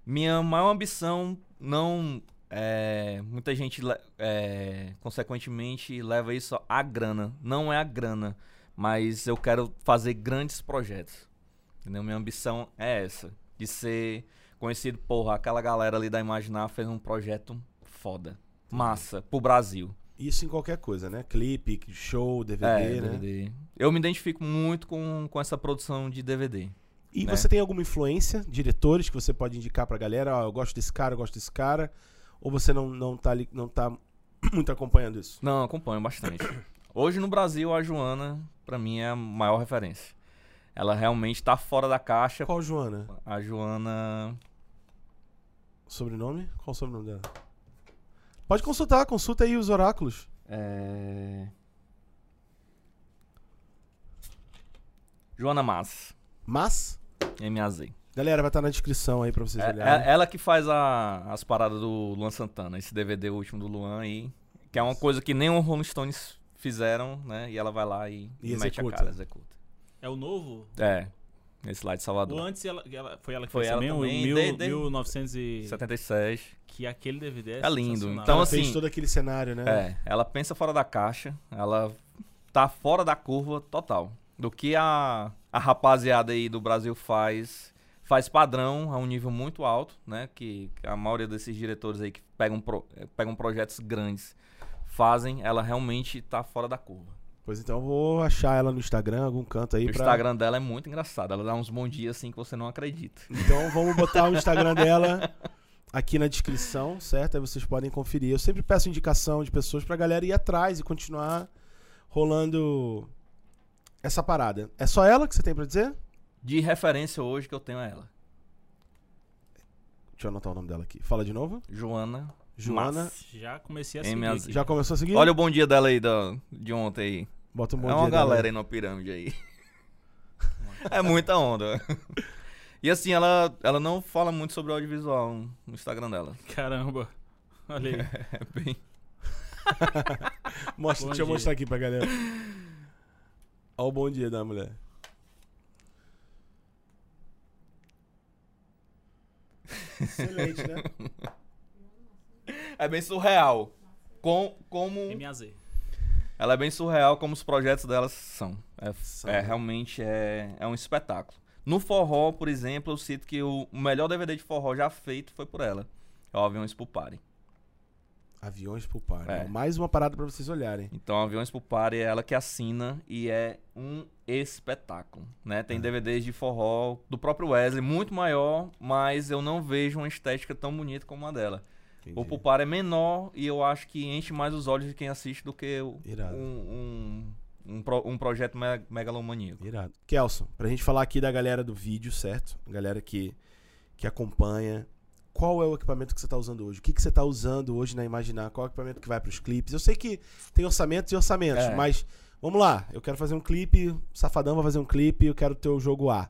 B: Minha maior ambição não é, muita gente le- é, consequentemente leva isso à grana. Não é a grana, mas eu quero fazer grandes projetos. Entendeu? Minha ambição é essa, de ser conhecido, porra, aquela galera ali da Imaginar fez um projeto foda, massa pro Brasil.
A: Isso em qualquer coisa, né? Clipe, show, DVD,
B: É,
A: né?
B: DVD. Eu me identifico muito com, com essa produção de DVD.
A: E
B: né?
A: você tem alguma influência, diretores que você pode indicar pra galera? Ó, eu gosto desse cara, eu gosto desse cara. Ou você não, não, tá, ali- não tá muito acompanhando isso?
B: Não, acompanho bastante. Hoje no Brasil, a Joana, pra mim, é a maior referência. Ela realmente tá fora da caixa.
A: É Qual Joana?
B: A Joana.
A: Sobrenome? Qual o sobrenome dela? Pode consultar, consulta aí os oráculos.
B: É. Joana Mas,
A: Mas,
B: MAZ.
A: galera, vai estar na descrição aí pra vocês
B: É-
A: olharem.
B: é- ela que faz a- as paradas do Luan Santana, esse DVD último do Luan aí. Que é uma coisa que nem o Rolling Stones fizeram, né? E ela vai lá e,
A: E
B: mete a
A: executa.
B: cara, executa.
C: É o novo?
B: É, esse lá de
C: O
B: Salvador.
C: antes, ela, ela- foi ela que
B: Foi
C: fez
B: ela
C: também,
B: também,
C: o
B: de-
C: mil,
B: de-
C: 1900 e...
B: 77.
C: Que aquele DVD é
B: É lindo,
C: sensacional.
B: então,
A: Ela
B: assim,
A: fez todo aquele cenário, né?
B: É, ela pensa fora da caixa, ela tá fora da curva total. Do que a, a rapaziada aí do Brasil faz, faz padrão a um nível muito alto, né? Que a maioria desses diretores aí que pegam, pro- eh, pegam projetos grandes fazem, ela realmente tá fora da curva.
A: Pois então eu vou achar ela no Instagram, algum canto aí.
B: o
A: pra-
B: Instagram dela é muito engraçado, ela dá uns bons dias assim que você não acredita.
A: Então vamos botar o Instagram dela aqui na descrição, certo? Aí vocês podem conferir. Eu sempre peço indicação de pessoas pra galera ir atrás e continuar rolando essa parada. É só ela que você tem pra dizer?
B: De referência hoje que eu tenho é ela,
A: Deixa eu anotar o nome dela aqui. Fala de novo.
B: Joana.
A: Joana.
B: Mas-
C: Já comecei a
B: Em
C: seguir
B: minhas-
C: aqui.
A: Já começou a seguir?
B: Olha o bom dia dela aí da- de ontem aí.
A: Bota um bom
B: é uma
A: dia dela.
B: galera aí na pirâmide aí. é muita onda. E assim, ela, ela não fala muito sobre audiovisual no Instagram dela.
C: Caramba. Olha aí.
B: É bem.
A: Mostra,
C: Bom
A: deixa eu
C: dia.
A: mostrar aqui pra galera. Olha o bom dia da mulher. Excelente, né?
B: É bem surreal. Com, como.
C: MAZ.
B: Ela é bem surreal como os projetos delas são. É,
A: São, né?
B: é, realmente é, é um espetáculo. No forró, por exemplo, eu cito que o melhor DVD de forró já feito foi por ela. É o Aviões pro Party.
A: Aviões pro par. né?
B: É.
A: Mais uma parada pra vocês olharem.
B: Então, Aviões pro Party é ela que assina e é um espetáculo, né? Tem DVDs de forró do próprio Wesley, muito maior, mas eu não vejo uma estética tão bonita como a dela. O Pro Party é menor e eu acho que enche mais os olhos de quem assiste do que o-
A: Irado.
B: um, um, um, pro- um projeto me- megalomaníaco.
A: Irado. Kelson, pra gente falar aqui da galera do vídeo, certo? A galera que, que acompanha. Qual é o equipamento que você tá usando hoje? O que, que você tá usando hoje na Imaginar? Qual é o equipamento que vai pros clipes? Eu sei que tem orçamentos e orçamentos,
B: É.
A: mas vamos lá. Eu quero fazer um clipe, Safadão vai fazer um clipe, eu quero ter o jogo A.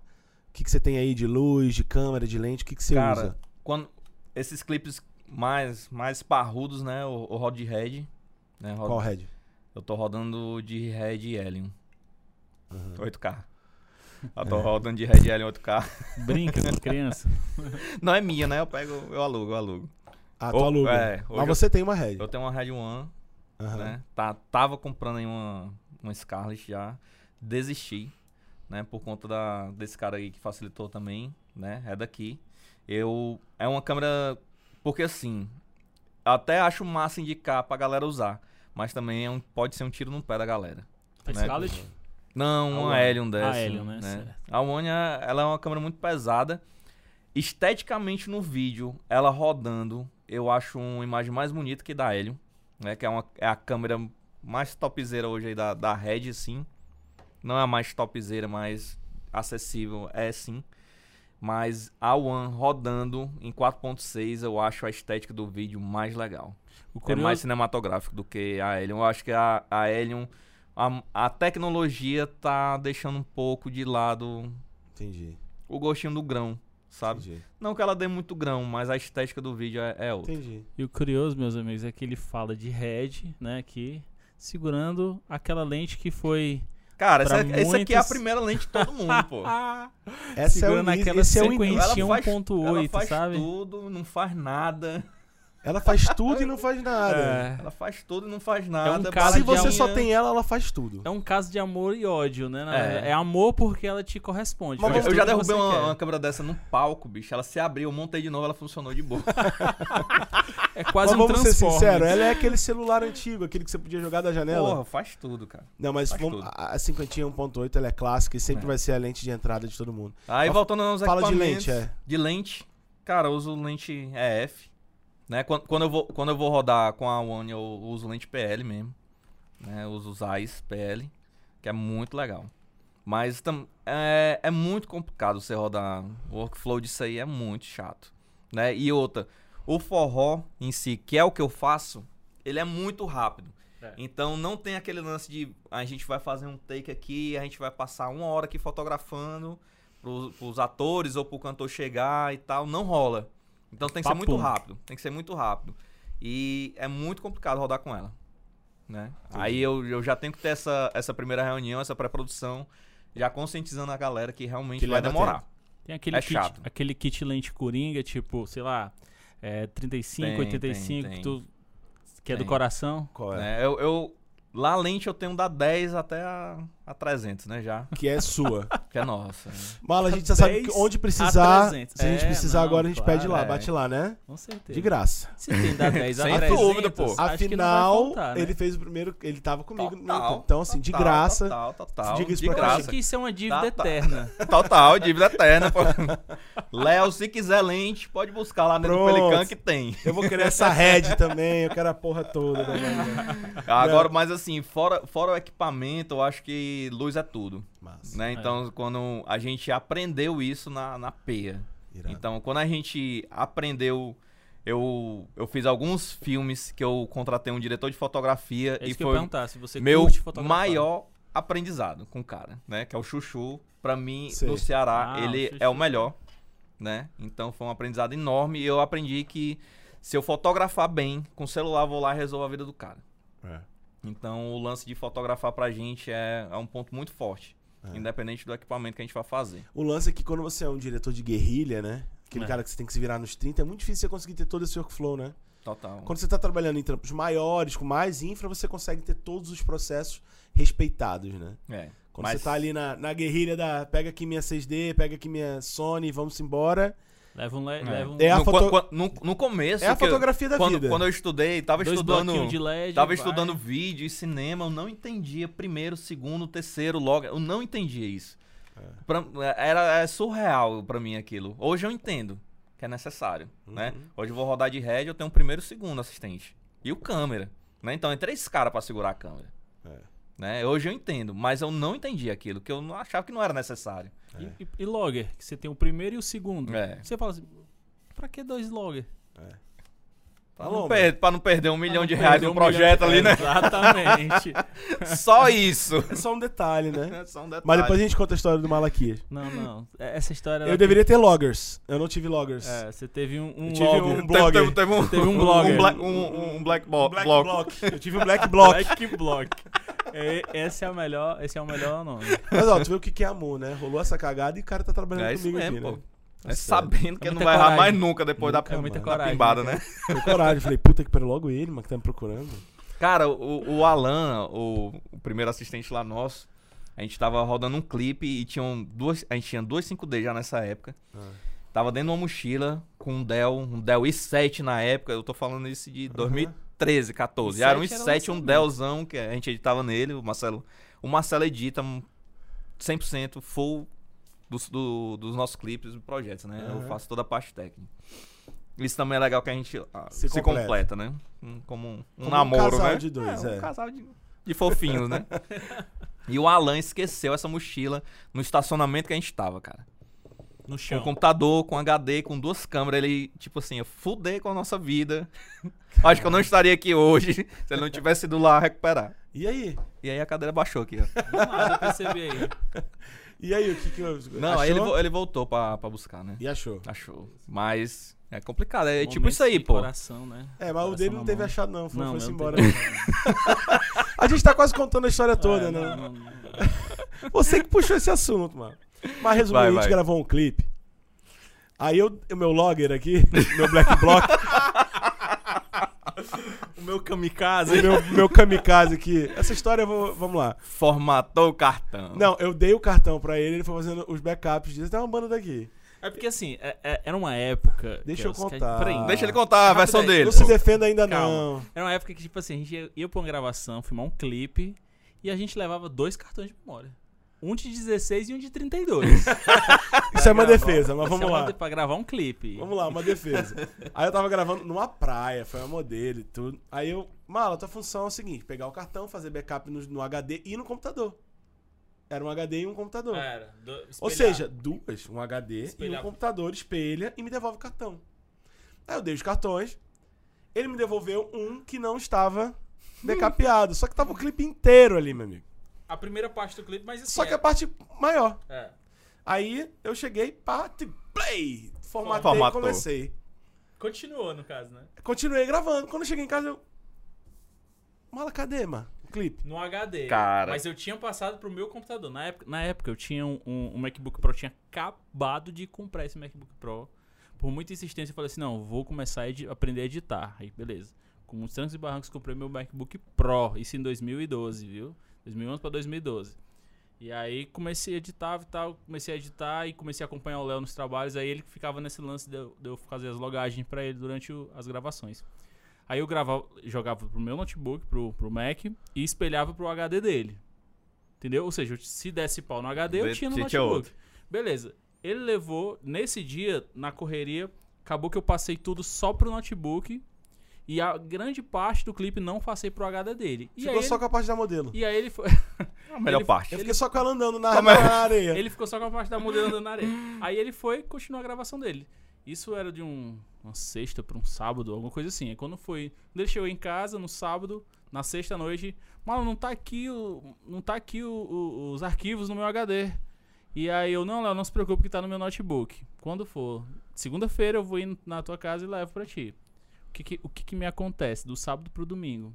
A: O que, que você tem aí de luz, de câmera, de lente? O que, que você
B: Cara,
A: usa?
B: Quando esses clipes mais, mais parrudos, né? O, o Rod Red, né? Rod-
A: Qual Red?
B: Eu tô rodando de Red e Helium. 8K. Eu tô rodando de Red e Helium 8K.
C: Brinca com criança.
B: Não é minha, né? Eu pego, eu alugo, eu alugo.
A: Ah,
B: Ou-
A: tua aluga.
B: é, hoje
A: mas
B: eu-
A: você tem uma Red.
B: Eu tenho uma Red One,
A: Aham.
B: né? Tá, tava comprando aí uma, uma Scarlett já. Desisti. né? Por conta da, desse cara aí que facilitou também, né? É daqui. Eu. É uma câmera. Porque assim. Até acho massa indicar pra galera usar. Mas também é um- pode ser um tiro no pé da galera.
C: A
B: né?
C: Scarlett?
B: Não,
C: A
B: uma
C: One.
B: Helion dessa.
C: A Helion, né?
B: A One, é- ela é uma câmera muito pesada. Esteticamente, no vídeo, ela rodando, eu acho uma imagem mais bonita que da Helion, né? Que é, uma, é a câmera mais topzeira hoje aí da, da Red, sim. Não é a mais topzeira, mas acessível, é sim. Mas a One rodando em 4.6, eu acho a estética do vídeo mais legal.
C: O
B: É mais
C: curioso,
B: cinematográfico do que a Helion. Eu acho que a, a Helion. A, a tecnologia tá deixando um pouco de lado
A: Entendi.
B: o gostinho do grão, sabe?
A: Entendi.
B: Não que ela dê muito grão, mas a estética do vídeo é, é outra.
A: Entendi.
C: e o curioso, meus amigos, é que ele fala de Red, né, aqui, segurando aquela lente que foi
B: Cara, essa,
C: Pra
B: essa aqui é a
C: muitos-
B: primeira lente de todo mundo, pô.
A: Essa é o
C: segurando
A: nível-
C: aquela
A: esse é o nível.
C: sequência. Tinha
B: faz-
C: 1.8,
B: ela faz
C: sabe?
B: tudo, não faz nada.
A: Ela faz tudo e não faz nada.
C: É, um
B: Ela faz tudo e não faz nada.
C: caso
A: Se
C: Ela
A: você
C: já-
A: só tem ela, ela faz tudo.
C: é um caso de amor e ódio, né? na
B: É.
C: verdade. É, amor porque ela te corresponde.
A: Mas
B: Eu,
C: faz
B: já- eu já
C: tudo que é.
B: derrubei
C: você
B: uma,
C: quer.
B: uma câmera dessa num palco, bicho. Ela se abriu, eu montei de novo, ela funcionou de boa.
C: É quase
A: mas
C: um
A: vamos ser
C: transforme.
A: sinceros, ela é aquele celular antigo, aquele que você podia jogar da janela.
B: Porra, faz tudo, cara.
A: Não, mas
B: Faz
A: vamos,
B: tudo.
A: a a 50 1.8 ela é clássica e sempre
B: É.
A: vai ser a lente de entrada de todo mundo.
B: Aí
A: Mas
B: voltando aos
A: fala de
B: equipamentos,
A: lente, é.
B: De lente, cara, eu uso lente EF, né? Quando, quando eu vou, quando eu vou rodar com a One, eu uso lente PL mesmo, né? Eu uso os AIS PL, que é muito legal. Mas tam, é, é muito complicado você rodar o workflow disso aí, é muito chato, né? E outra, o forró em si, que é o que eu faço, ele é muito rápido.
C: É.
B: Então não tem aquele lance de a gente vai fazer um take aqui, a gente vai passar uma hora aqui fotografando pros, pros atores ou pro cantor chegar e tal. Não rola. Então tem que ser
C: Papum.
B: muito rápido. Tem que ser muito rápido. E é muito complicado rodar com ela. Né? Aí eu, eu já tenho que ter essa, essa primeira reunião, essa pré-produção, já conscientizando a galera que realmente
A: Que
B: vai
A: leva
B: demorar.
C: Tem aquele,
B: É
C: kit,
B: chato.
C: aquele kit lente coringa, tipo, sei lá, é, 35,
B: Tem,
C: 85,
B: tem, tem.
C: tu- que é do
B: Tem.
C: coração.
A: Qual é?
B: né? Eu, eu- lá a lente eu tenho da 10 até a, a 300, né? Já.
A: Que é sua.
B: Que é nossa. né?
A: Mala, a gente já sabe
C: 10
A: que onde precisar.
C: a 300.
A: Se a gente
C: É,
A: precisar
C: não,
A: agora, a gente
C: claro,
A: pede lá,
B: é.
A: bate lá, né?
C: Com certeza.
A: De graça.
C: Se tem da 10 a
B: Sem
C: 300,
B: dúvida, né, pô.
C: acho que não vai
A: Afinal,
C: faltar, né?
A: ele fez o primeiro. Ele tava comigo no meu
B: Total,
A: tempo. Então, assim, de
B: total,
A: graça.
B: Total, total.
A: Diga isso
B: de
A: pra
C: Eu acho
B: graça.
C: que isso é uma
B: Tá,
C: dívida
B: tá.
C: eterna.
B: Total, dívida eterna, pô. Léo, se quiser lente, pode buscar lá dentro
A: Pronto.
B: do Pelican que tem.
A: Eu vou querer essa head também, eu quero a porra toda. Né?
B: Agora, mas assim, fora, fora o equipamento, eu acho que luz é tudo.
A: Mas,
B: Né? Então, quando a gente aprendeu isso na, na PEA.
C: Tá.
A: irado.
B: Então, quando a gente aprendeu. Eu, eu fiz alguns filmes que eu contratei um diretor de fotografia
C: É
B: e
C: isso que eu ia
B: foi
C: perguntar, se você
B: meu
C: curte fotografar.
B: maior aprendizado com o cara, né? Que é o Chuchu. Pra mim,
A: Sei.
B: no Ceará,
C: Ah,
B: ele
C: o
B: é o
C: Chuchu.
B: melhor, né? Então foi um aprendizado enorme e eu aprendi que se eu fotografar bem, com o celular eu vou lá e resolvo a vida do cara.
A: É.
B: Então o lance de fotografar pra gente é, é um ponto muito forte.
A: É.
B: Independente do equipamento que a gente vai fazer.
A: O lance é que quando você é um diretor de guerrilha, né? Aquele
C: É.
A: cara que você tem que se virar nos 30, é muito difícil você conseguir ter todo esse workflow, né?
B: Total.
A: Quando você tá trabalhando em trampos maiores, com mais infra, você consegue ter todos os processos respeitados, né?
B: É.
A: Quando
B: Mas-
A: você tá ali na, na guerrilha da pega aqui minha 6D, pega aqui minha Sony, vamos embora.
C: Leva um... le-
B: É.
C: Leva um
A: É a
B: no,
A: foto-
B: quan- quan- no- no começo,
A: é a
B: que eu-
A: fotografia da
B: quando,
A: vida.
B: quando eu estudei, tava
C: dois
B: estudando.
C: bloquinhos um de LED.
B: Tava
C: vai.
B: estudando vídeo e cinema, eu não entendia primeiro, segundo, terceiro, logo. Eu não entendia isso.
A: É.
B: Pra- era é surreal pra mim aquilo. Hoje eu entendo que é necessário,
A: Uhum.
B: né? Hoje eu vou rodar de head, eu tenho um primeiro e segundo assistente. E o câmera, né? Então é três caras pra segurar a câmera.
A: É.
B: Né? Hoje eu entendo, mas eu não entendi aquilo, que eu não achava que não era necessário.
C: E, e- e logger, que você tem o primeiro e o
A: Uhum.
C: segundo.
B: É.
C: Você fala assim, pra que dois logger?
B: Pra
A: Paloma.
B: não, per- pra não perder um milhão
C: Ah, não
B: de reais
C: perdeu
B: no
C: um milhão de-
B: projeto ali, né?
C: Exatamente.
B: Só isso.
A: É só um detalhe, né?
B: É só um detalhe.
A: Mas depois a gente conta a história do Malaquias.
C: não, não. É- Essa história...
A: Eu
C: ela-
A: deveria ter loggers. Eu não tive loggers.
C: É, você teve um, um
A: Eu tive
C: logger.
A: um
B: Teve,
A: blogger.
B: teve- teve um,
C: Teve um blogger.
B: Um, bla- um- um black, bo
A: Black
B: block.
A: Block. Eu tive um Black Block.
C: Black Block. É, esse é o melhor, esse é o melhor nome.
A: Mas ó, tu vê o que que é amor, né? Rolou essa cagada e o cara tá trabalhando
B: É isso
A: comigo
B: mesmo,
A: aqui, né?
B: pô. É
A: Tá
B: sabendo que
C: É
B: não
C: muita
B: vai errar
C: coragem.
B: mais nunca depois da,
A: Nunca,
B: da
A: mano.
C: Muita coragem.
B: pimbada, né?
A: Foi coragem. Falei, puta que pariu logo ele, mano, que tá me procurando.
B: Cara, o, o Alan, o, o primeiro assistente lá nosso, A gente tava rodando um clipe e tinham duas. A gente tinha dois 5D já nessa época. Tava dentro de uma mochila com um Dell, um Dell i7 na época. Eu tô falando isso de 2013, 14.
C: i7
B: Era um
C: era o
B: i7, um
C: lançamento.
B: Dellzão que a gente editava nele, o Marcelo. O Marcelo edita um 100% full dos, do- dos nossos clipes e projetos, né?
A: Aham.
B: Eu faço toda a parte técnica. Isso também é legal que a gente ah,
A: Se
B: se,
A: completa.
B: completa. né? Um- Como um, um
A: Como um
B: namoro,
A: casal
B: né?
A: de dois, é.
B: Um casal de, de fofinhos, né? E o Alan esqueceu essa mochila no estacionamento que a gente tava, cara.
C: No
B: Com
C: chão.
B: um computador, com HD, com duas câmeras. Ele, tipo assim, eu fudei com a nossa vida. Acho que eu não estaria aqui hoje se ele não tivesse ido lá recuperar.
A: E aí?
B: E aí a cadeira baixou aqui, ó.
C: Do nada, eu percebi aí.
A: E aí, o que que eu...
B: Não, aí ele, vo- ele voltou pra, pra buscar, né?
A: E achou.
B: Achou. Mas é complicado. É tipo
C: Momentos
B: isso aí,
C: de
B: pô.
C: Coração, né?
A: É, mas o
C: Coração
A: dele
C: na
A: não teve
C: mão.
A: achado, não. Foi,
C: Não,
A: foi-se
C: não
A: embora.
C: teve.
A: A gente tá quase contando a
B: Ah,
A: história toda,
C: É,
A: né?
C: não, não, não.
A: Você que puxou esse assunto, mano. Mas resumindo,
B: Vai,
A: a gente
B: vai.
A: gravou um clipe. Aí eu, o meu logger aqui, meu black block,
B: O meu kamikaze.
A: o meu, meu kamikaze aqui. Essa história eu vou. Vamos lá.
B: Formatou o cartão.
A: Não, eu dei o cartão pra ele, ele foi fazendo os backups disso. Tem uma banda daqui.
C: É porque assim, é- é- era uma época.
A: Deixa
C: que
A: eu
C: os caras-
A: contar.
C: Peraí,
B: Deixa ele contar a
C: Rápido
B: versão
C: aí.
B: dele.
A: Não se
B: pô.
A: defenda ainda,
C: Calma.
A: não.
C: Era uma época que, tipo assim, a gente ia, ia pra uma gravação, filmar um clipe, e a gente levava dois cartões de memória. Um de 16 e um de 32.
A: Isso é uma defesa, mas vamos
C: Isso é uma
A: lá.
C: de- Pra gravar um clipe.
A: Vamos lá, uma defesa. Aí eu tava gravando numa praia, foi uma modelo e tudo. Aí eu, mala, tua função é o seguinte: pegar o cartão, fazer backup no, no HD e no computador. Era um HD e um computador.
C: É,
D: Era, do-
A: Ou
D: espelhar.
A: seja, duas, um HD e um
D: Espelhar.
A: computador, espelha e me devolve o cartão. Aí eu dei os cartões, ele me devolveu um que não estava decapeado, só que tava o clipe inteiro ali, meu amigo.
D: a primeira parte do clipe, mas assim.
A: Só que
D: é-
A: a parte maior.
D: é.
A: Aí eu cheguei, pá, ti- play! Formatei e
B: Formatou.
A: comecei.
D: Continuou, no caso, né?
A: Continuei gravando. Quando eu cheguei em casa, eu. Mala, cadê, mano? O clipe.
D: No HD.
B: Cara.
D: Mas eu tinha passado pro meu computador.
C: computador. Na época, na época eu tinha um, um- um MacBook Pro, eu tinha acabado de comprar esse MacBook Pro. Por muita insistência, eu falei assim: não, vou começar a edi- aprender a editar. Aí, beleza. Com muitos trancos e barrancos, comprei meu MacBook Pro. Isso em 2012, viu? 2011 pra 2012. E aí comecei a editar e tal, comecei a editar e comecei a acompanhar o Léo nos trabalhos. Aí ele que ficava nesse lance de eu, de eu fazer as logagens pra ele durante o- as gravações. Aí eu gravava, jogava pro meu notebook, pro, pro Mac, e espelhava pro HD dele. Entendeu? Ou seja, eu- se desse pau no HD, eu
B: De-
C: tinha no
B: tinha
C: notebook.
B: outro.
C: Beleza. Ele levou, nesse dia, na correria, acabou que eu passei tudo só pro notebook. E a grande parte do clipe não passei pro HD dele. E
A: Ficou
C: aí
A: só
C: ele,
A: com a parte da modelo.
C: E aí ele foi.
B: A melhor
C: Ele-
B: parte.
A: Eu fiquei só com ela andando na,
B: Como é?
A: na areia.
C: Ele ficou só com a parte da modelo andando na areia. Aí ele foi e continuou a gravação dele. Isso era de um, uma sexta pra um sábado, alguma coisa assim. Aí quando foi. Quando ele chegou em casa no sábado, na sexta noite, mano, não tá aqui, o, não tá aqui o- o- os arquivos no meu HD. E aí eu, não, Léo, não se preocupe que tá no meu notebook. Quando for segunda-feira, eu vou ir na tua casa e levo pra ti. O que que, o que que me acontece do sábado pro domingo?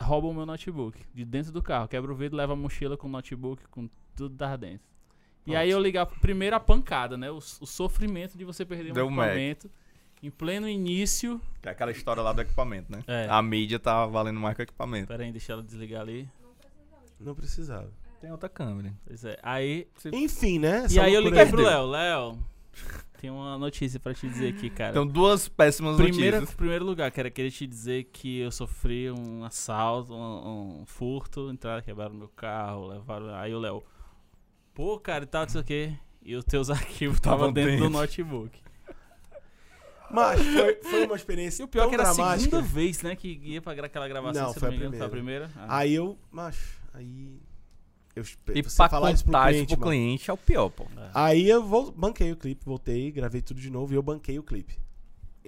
C: Roubam o meu notebook de dentro do carro. Quebra o vidro, leva a mochila com o notebook, com tudo dar dentro. E aí eu ligar primeiro a pancada, né? O, s- o sofrimento de você perder
B: Deu
C: um
B: Mac.
C: equipamento em pleno início.
B: Que é aquela história lá do equipamento, né?
C: É.
B: A mídia tá valendo mais que o equipamento.
C: Pera aí, deixa ela desligar ali.
A: Não precisava.
B: Tem outra câmera.
C: Pois é. Aí
A: Enfim, né?
C: E
A: Essa
C: aí eu
A: loucura
C: liguei pro
A: deu.
C: Léo, Léo, tem uma notícia pra te dizer aqui, cara.
B: Então, duas péssimas
C: Primeira,
B: notícias.
C: primeiro lugar, cara, queria te dizer que eu sofri um assalto, um, um furto, entraram, quebraram meu carro, levaram. Aí o Léo, pô, cara, e tal, não sei o quê. E os teus arquivos estavam
B: Tavam
C: dentro, do
B: dentro.
C: notebook.
A: Mas foi, foi uma
C: E
A: experiência.
C: o pior é
A: tão
C: que era a
A: dramática.
C: segunda vez, né, que ia pra gra- aquela gravação,
A: Não,
C: se eu
A: foi
C: não
A: a
C: me engano, foi a primeira. Ah.
A: Aí eu. Macho, aí. Eu espero.
B: E
A: você
B: pra
A: falar
B: contar
A: isso pro cliente. mano.
B: é o pior, pô.
A: Aí eu vol- banquei o clipe, voltei, gravei tudo de novo e eu banquei o clipe.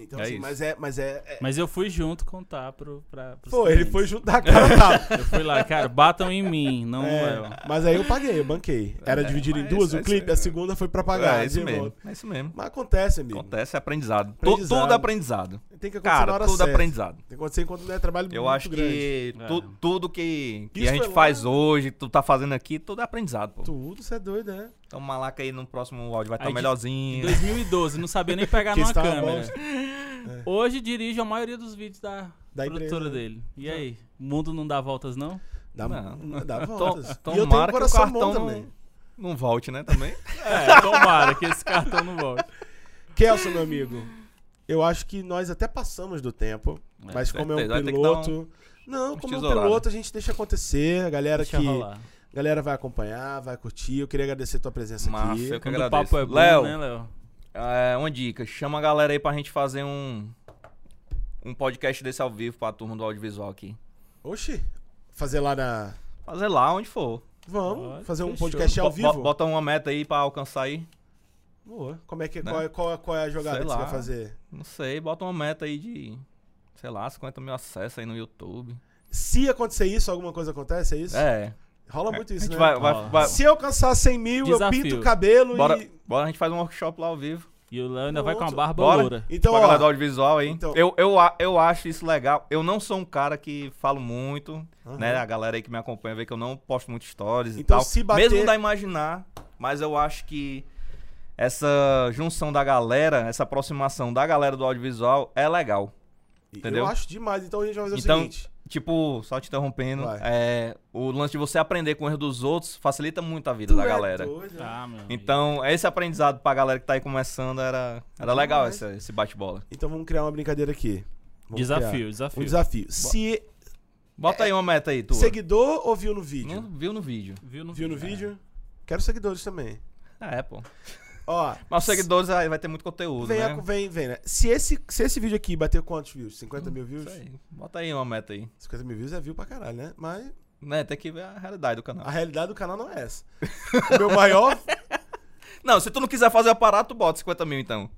A: Então,
B: É
A: assim,
B: isso.
A: mas é. Mas é, é-
C: Mas é eu fui junto contar pro. Pra, pros
A: Foi, ele
C: clientes.
A: foi juntar a cara tá? a tapa.
C: Eu fui lá, cara, batam em mim, não no
A: É,
C: Léo.
A: mas aí eu paguei, eu banquei. Era
B: É,
A: dividido em
B: mas
A: duas o
B: é isso
A: clipe,
B: aí.
A: a segunda foi pra pagar.
B: é isso
A: de
B: mesmo.
A: volta.
B: É isso mesmo.
A: Mas acontece, amigo.
B: Acontece, é aprendizado. Tu-
A: Aprendizado.
B: Tudo é aprendizado.
A: Tem que acontecer na
B: Cara,
A: hora
B: tudo é
A: certa.
B: aprendizado.
A: Tem que acontecer enquanto não é trabalho
B: Eu
A: muito
B: acho
A: grande. É.
B: que
C: grande.
B: tu- tudo que, que
A: Isso
B: a gente
A: foi lá-
B: faz hoje, tu tá fazendo aqui, tudo é aprendizado, pô.
A: Tudo, você é doido, né?
B: Então, malaca aí no próximo áudio vai estar
C: Aí de- Em
B: melhorzinho.
C: 2012, não sabia nem pegar
A: Que
C: numa
A: está uma
C: câmera.
A: bosta.
B: É.
C: Hoje dirige a maioria dos vídeos da,
A: Da
C: produtora
A: empresa, né?
C: dele. E aí? O mundo não dá voltas, não?
A: Dá,
B: Não.
A: dá
B: Tom-
A: voltas. e eu tenho um
B: tomara que o
A: coração bom
B: cartão não-
A: também.
B: Não volte, né? Também.
C: É, tomara que esse cartão não volte.
A: Kelson, meu amigo, eu acho que nós até passamos do tempo,
C: É,
A: mas como é
B: certeza, vai
A: um
B: ter que dar um-
A: piloto... Não, como é um
B: tesourada.
A: piloto, a gente deixa acontecer, a galera
C: Deixa
A: que...
C: rolar.
A: a galera vai acompanhar, vai curtir. Eu queria agradecer a tua presença
B: Massa,
A: aqui.
B: eu que
C: Quando o
B: agradeço.
C: papo é bom,
B: Léo,
C: né, Léo?
B: É, uma dica, chama a galera aí pra gente fazer um um podcast desse ao vivo pra turma do audiovisual aqui.
A: Oxi, fazer lá na...
B: Fazer lá onde for.
A: Vamos
C: Ah,
A: fazer um
C: fechou.
A: podcast ao
B: Bo-
A: vivo?
B: bo- Bota uma meta aí pra alcançar aí.
A: Boa. Como é que,
B: Né?
A: qual, é- qual é- qual é a jogada
B: Sei
A: que você
B: lá.
A: vai fazer?
B: Não sei, bota uma meta aí de, sei lá, 50 mil acessos aí no YouTube.
A: Se acontecer isso, alguma coisa acontece, é isso?
B: É.
A: Rola muito
B: a
A: isso,
B: gente
A: né?
B: vai, vai,
C: Ó.
B: vai-
A: Se eu alcançar 100 mil, eu
C: Desafio.
A: pinto o cabelo
B: bora,
A: e...
B: bora, a gente faz um workshop lá ao vivo.
C: E o Léo ainda vai com a
A: Pronto.
C: barba
B: Bora.
C: loura.
A: Então,
B: pra galera do
A: ó,
B: audiovisual aí.
A: então-
B: Eu, eu, a- eu acho isso legal. Eu não sou um cara que falo muito,
A: Aham.
B: né? A galera aí que me acompanha vê que eu não posto muito stories e
A: Então,
B: tal.
A: se bater-
B: Mesmo dá a imaginar, mas eu acho que essa junção da galera, essa aproximação da galera do audiovisual é legal.
A: eu
B: entendeu?
A: acho demais. Então a gente vai fazer
B: Então-
A: o seguinte.
B: Tipo, só te interrompendo,
A: Vai.
B: é, o lance de você aprender com o erro dos outros facilita muito a vida da
A: Tu é
B: galera.
A: doido, né?
C: Tá, meu amigo.
B: Então, esse aprendizado pra galera que tá aí começando era, era legal esse, esse bate-bola.
A: Então vamos criar uma brincadeira aqui. Vamos criar
C: desafio, desafio.
A: Um desafio. Se É,
B: Bota aí uma meta aí, tu.
A: seguidor ou viu no vídeo?
B: Não viu no vídeo.
C: Viu no,
A: Viu no
C: é.
A: vídeo? Quero seguidores também.
B: Ah, é, pô.
A: Ó,
B: Mas os seguidores aí vai ter muito conteúdo,
A: vem,
B: né?
A: a- vem, vem, né? Se esse, se esse vídeo aqui bater quantos views? 50 mil views?
B: Isso aí. Bota aí uma meta aí.
A: 50 mil views é view pra caralho, né? Mas
B: Né, tem que ver a realidade do canal.
A: a realidade do canal não é essa. O meu maior.
B: Não, se tu não quiser fazer a parada, tu bota 50 mil então.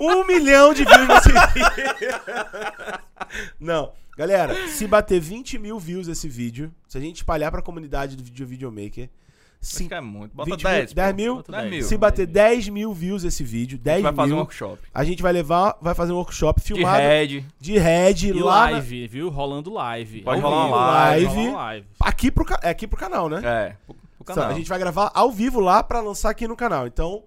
A: Um milhão de views nesse vídeo. Não. Galera, se bater 20 mil views esse vídeo, se a gente espalhar pra comunidade do vídeo videomaker,
B: Acho
A: cin-
B: que é muito. Bota
A: 20
B: 10.
A: mil, 10
B: pô.
A: mil?
C: Bota
B: 10 É mil.
A: se bater 10 mil views esse vídeo,
B: né? A
A: 10
B: gente vai
A: mil,
B: fazer um workshop.
A: a gente vai levar, vai fazer um workshop filmado
B: De head.
A: de head
C: E
A: lá na-
C: live, viu? Rolando live.
B: Pode
C: Ao
B: rolar
C: vivo.
B: uma
A: live.
C: Pode rolar uma live.
A: aqui pro, ca- é aqui pro canal, né?
B: É. Pro, pro canal.
A: A gente vai gravar ao vivo lá pra lançar aqui no canal. Então,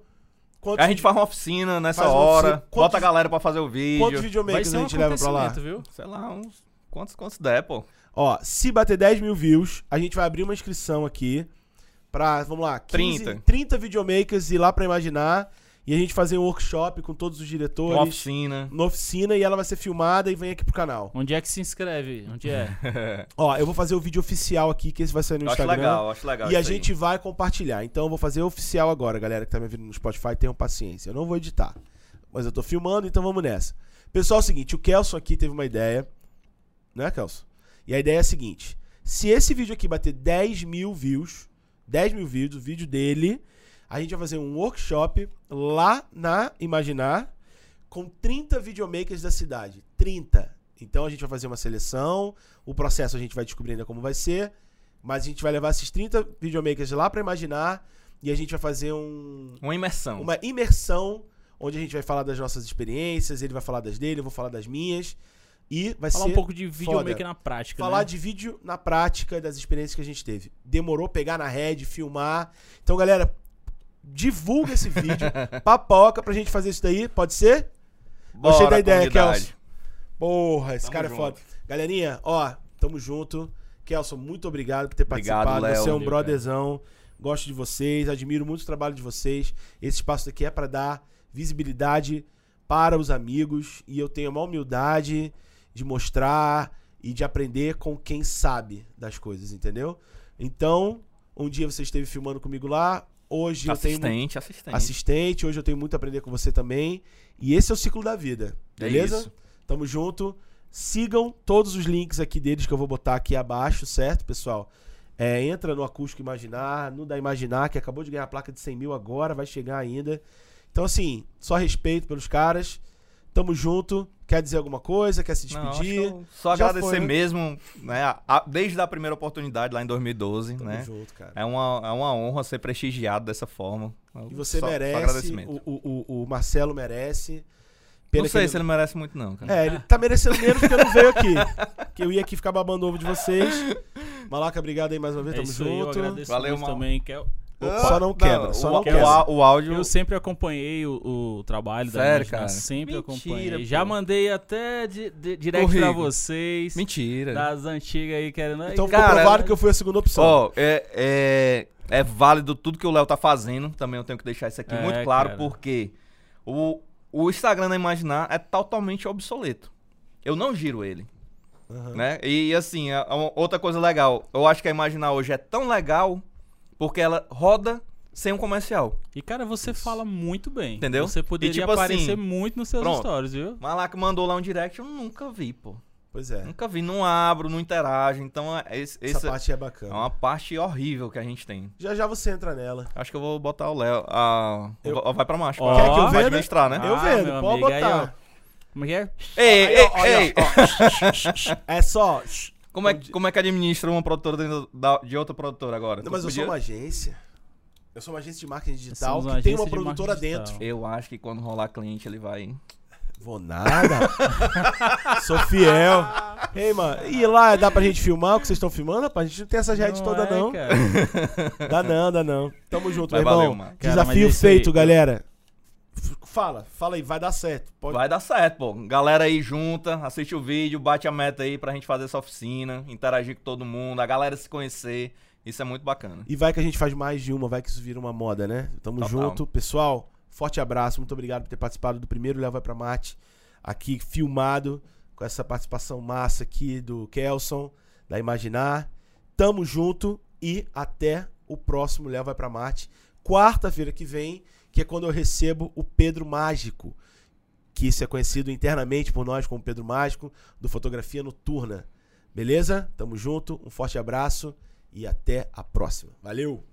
A: quantos,
B: A gente faz uma oficina nessa
A: Faz uma
B: hora.
A: oficina. Quantos-
B: Bota a galera pra fazer o vídeo.
A: quantos
C: Vai
A: videomakers
C: ser
A: a
C: um
A: gente leva pra lá?
C: acontecimento, viu?
B: Sei lá, uns. Quantos, quantos der, pô?
A: Ó, se bater 10 mil views, a gente vai abrir uma inscrição aqui pra, vamos lá, 15, 30.
B: 30.
A: videomakers ir lá pra imaginar e a gente fazer um workshop com todos os
B: Uma
A: diretores
B: oficina.
A: na oficina e ela vai ser filmada e vem aqui pro canal.
C: Onde é que se inscreve? Onde é?
A: Ó, eu vou fazer o vídeo oficial aqui, que esse vai sair no
B: Eu acho
A: Instagram.
B: legal, acho legal.
A: E a
B: isso aí.
A: gente vai compartilhar. Então eu vou fazer oficial agora, galera que tá me vendo no Spotify, tenham paciência. Eu não vou editar. Mas eu tô filmando, então vamos nessa. Pessoal, é o seguinte, o Kelson aqui teve uma ideia. Né, Kelson? E a ideia é a seguinte: se esse vídeo aqui bater 10 mil views, 10 mil views, o vídeo dele, a gente vai fazer um workshop lá na Imaginar com 30 videomakers da cidade. 30. Então a gente vai fazer uma seleção, o processo a gente vai descobrir ainda como vai ser, mas a gente vai levar esses 30 videomakers lá pra imaginar e a gente vai fazer um,
B: Uma imersão.
A: uma imersão onde a gente vai falar das nossas experiências, ele vai falar das dele, eu vou falar das minhas e vai
C: Falar
A: ser
C: um pouco de
A: foda.
C: videomaker na prática.
A: falar
C: né?
A: de vídeo na prática das experiências que a gente teve. Demorou pegar na rede, filmar. Então, galera, divulga esse vídeo, papoca pra gente fazer isso daí, pode ser?
B: Bora,
A: Gostei da ideia,
B: comunidade.
A: Kelson. Porra, esse
B: Tamo
A: cara é
B: junto.
A: foda. Galerinha, ó, tamo junto. Kelson, muito obrigado por ter
B: Obrigado,
A: participado.
B: Léo.
A: Você é um
B: Valeu,
A: brotherzão. Gosto de vocês, admiro muito o trabalho de vocês. Esse espaço aqui é pra dar visibilidade para os amigos e eu tenho a maior humildade de mostrar e de aprender com quem sabe das coisas, entendeu? Então, um dia você esteve filmando comigo lá,
B: Tá
A: hoje eu tenho
B: Assistente, assistente.
A: assistente. Hoje eu tenho muito a aprender com você também. E esse é o ciclo da vida.
B: É
A: Beleza?
B: isso.
A: Tamo junto. Sigam todos os links aqui deles que eu vou botar aqui abaixo, certo, pessoal? É, entra no Acústico Imaginar, no da Imaginar, que acabou de ganhar a placa de 100 mil agora, vai chegar ainda. Então, assim, só respeito pelos caras. Tamo junto. Quer dizer alguma coisa? Quer se
B: Não, acho
A: despedir?
B: que eu só
A: Já
B: agradecer
A: foi, né?
B: mesmo, né? a- a- desde a primeira oportunidade lá em 2012,
A: Tamo
B: né?
A: junto, cara.
B: É uma, é uma honra ser prestigiado dessa forma.
A: E você
B: Só- só
A: merece,
B: agradecimento.
A: o, o- o- o Marcelo merece.
B: Não
A: que
B: sei
A: ele-
B: se ele merece muito, não, cara.
A: É, ele tá merecendo menos porque não veio aqui. Que eu ia aqui ficar babando ovo de vocês. Malaca, obrigado aí mais uma vez,
C: É
A: tamo
C: isso aí, eu
A: junto.
C: agradeço
B: Valeu,
C: muito
B: Mal.
C: também, Kel.
A: É, Só não quebra, só
B: o,
A: não
B: o
A: quebra.
B: á- o áudio.
C: Eu sempre acompanhei o, o trabalho da
B: Sério,
C: Imaginar,
B: cara?
C: Sempre
B: Mentira,
C: acompanhei.
B: pô.
C: Já mandei até di- di- direct pra
B: Corrigo.
C: vocês.
B: Mentira.
C: Das antigas aí querendo. Aí,
A: Então ficou
B: Cara,
A: provado que eu fui a segunda opção.
B: Ó, é, é, é válido tudo que o Léo tá fazendo. Também eu tenho que deixar isso aqui
C: É,
B: muito claro,
C: cara.
B: porque o, o Instagram da Imaginar é totalmente obsoleto. Eu não giro ele.
A: Aham.
B: Né? E assim, a- a- outra coisa legal, eu acho que a Imaginar hoje é tão legal porque ela roda sem um comercial.
C: E, cara, você fala muito bem.
B: Entendeu?
C: Você poderia
B: tipo assim,
C: aparecer muito nos seus
B: pronto.
C: stories, viu?
B: Malaca mandou lá um direct, eu nunca vi, pô.
A: Pois é.
B: Nunca vi, não abro, não interajo. Então, é- esse,
A: Essa
B: esse
A: parte é
B: é
A: bacana.
B: uma parte horrível que a gente tem.
A: Já já você entra nela.
B: Acho que eu vou botar o Léo. Ah,
A: Eu-
B: va- Vai pra macho.
C: Ó.
B: pra-
C: Quer que eu
B: pra
A: venda?
B: administrar, né?
C: Ah,
A: eu vendo,
C: meu
A: pode
C: amigo, aí,
A: botar.
C: Como é que é?
B: Ei,
A: Aí,
B: ei,
A: ó, olha,
B: ei!
A: ó. É só.
B: Como é, que- como é que administra uma produtora dentro da- de outra produtora agora?
A: Não, mas eu
B: Podia-
A: sou uma agência. Eu sou uma agência de marketing digital
C: Somos
A: que tem
C: agência
A: uma
C: de
A: produtora
C: marketing
A: dentro.
C: digital.
B: Eu acho que quando rolar cliente ele vai.
A: Vou nada. Sou fiel. Ei, mano. E lá dá pra gente filmar o que vocês estão filmando, rapaz? A gente não tem essa rede
C: Não
A: toda,
C: é,
A: não.
C: cara.
A: Dá não, dá não. Tamo junto,
B: Mas
A: meu irmão.
B: valeu, mano.
C: Cara,
A: Desafio
C: mas esse
A: feito,
C: aí-
A: galera. F- Fala, fala aí, vai dar certo. Pode...
B: Vai dar certo, pô. Galera aí junta, assiste o vídeo, bate a meta aí pra gente fazer essa oficina, interagir com todo mundo, a galera se conhecer. Isso é muito bacana.
A: E vai que a gente faz mais de uma, vai que isso vira uma moda, né? Tamo
B: Total.
A: junto. Pessoal, forte abraço, muito obrigado por ter participado do primeiro Léo Vai Pra Mate, aqui filmado, com essa participação massa aqui do Kelson, da Imaginar. Tamo junto e até o próximo Léo Vai Pra Mate, quarta-feira que vem, que é quando eu recebo o Pedro Mágico, que isso é conhecido internamente por nós como Pedro Mágico, do Fotografia Noturna. Beleza? Tamo junto, um forte abraço e até a próxima. Valeu!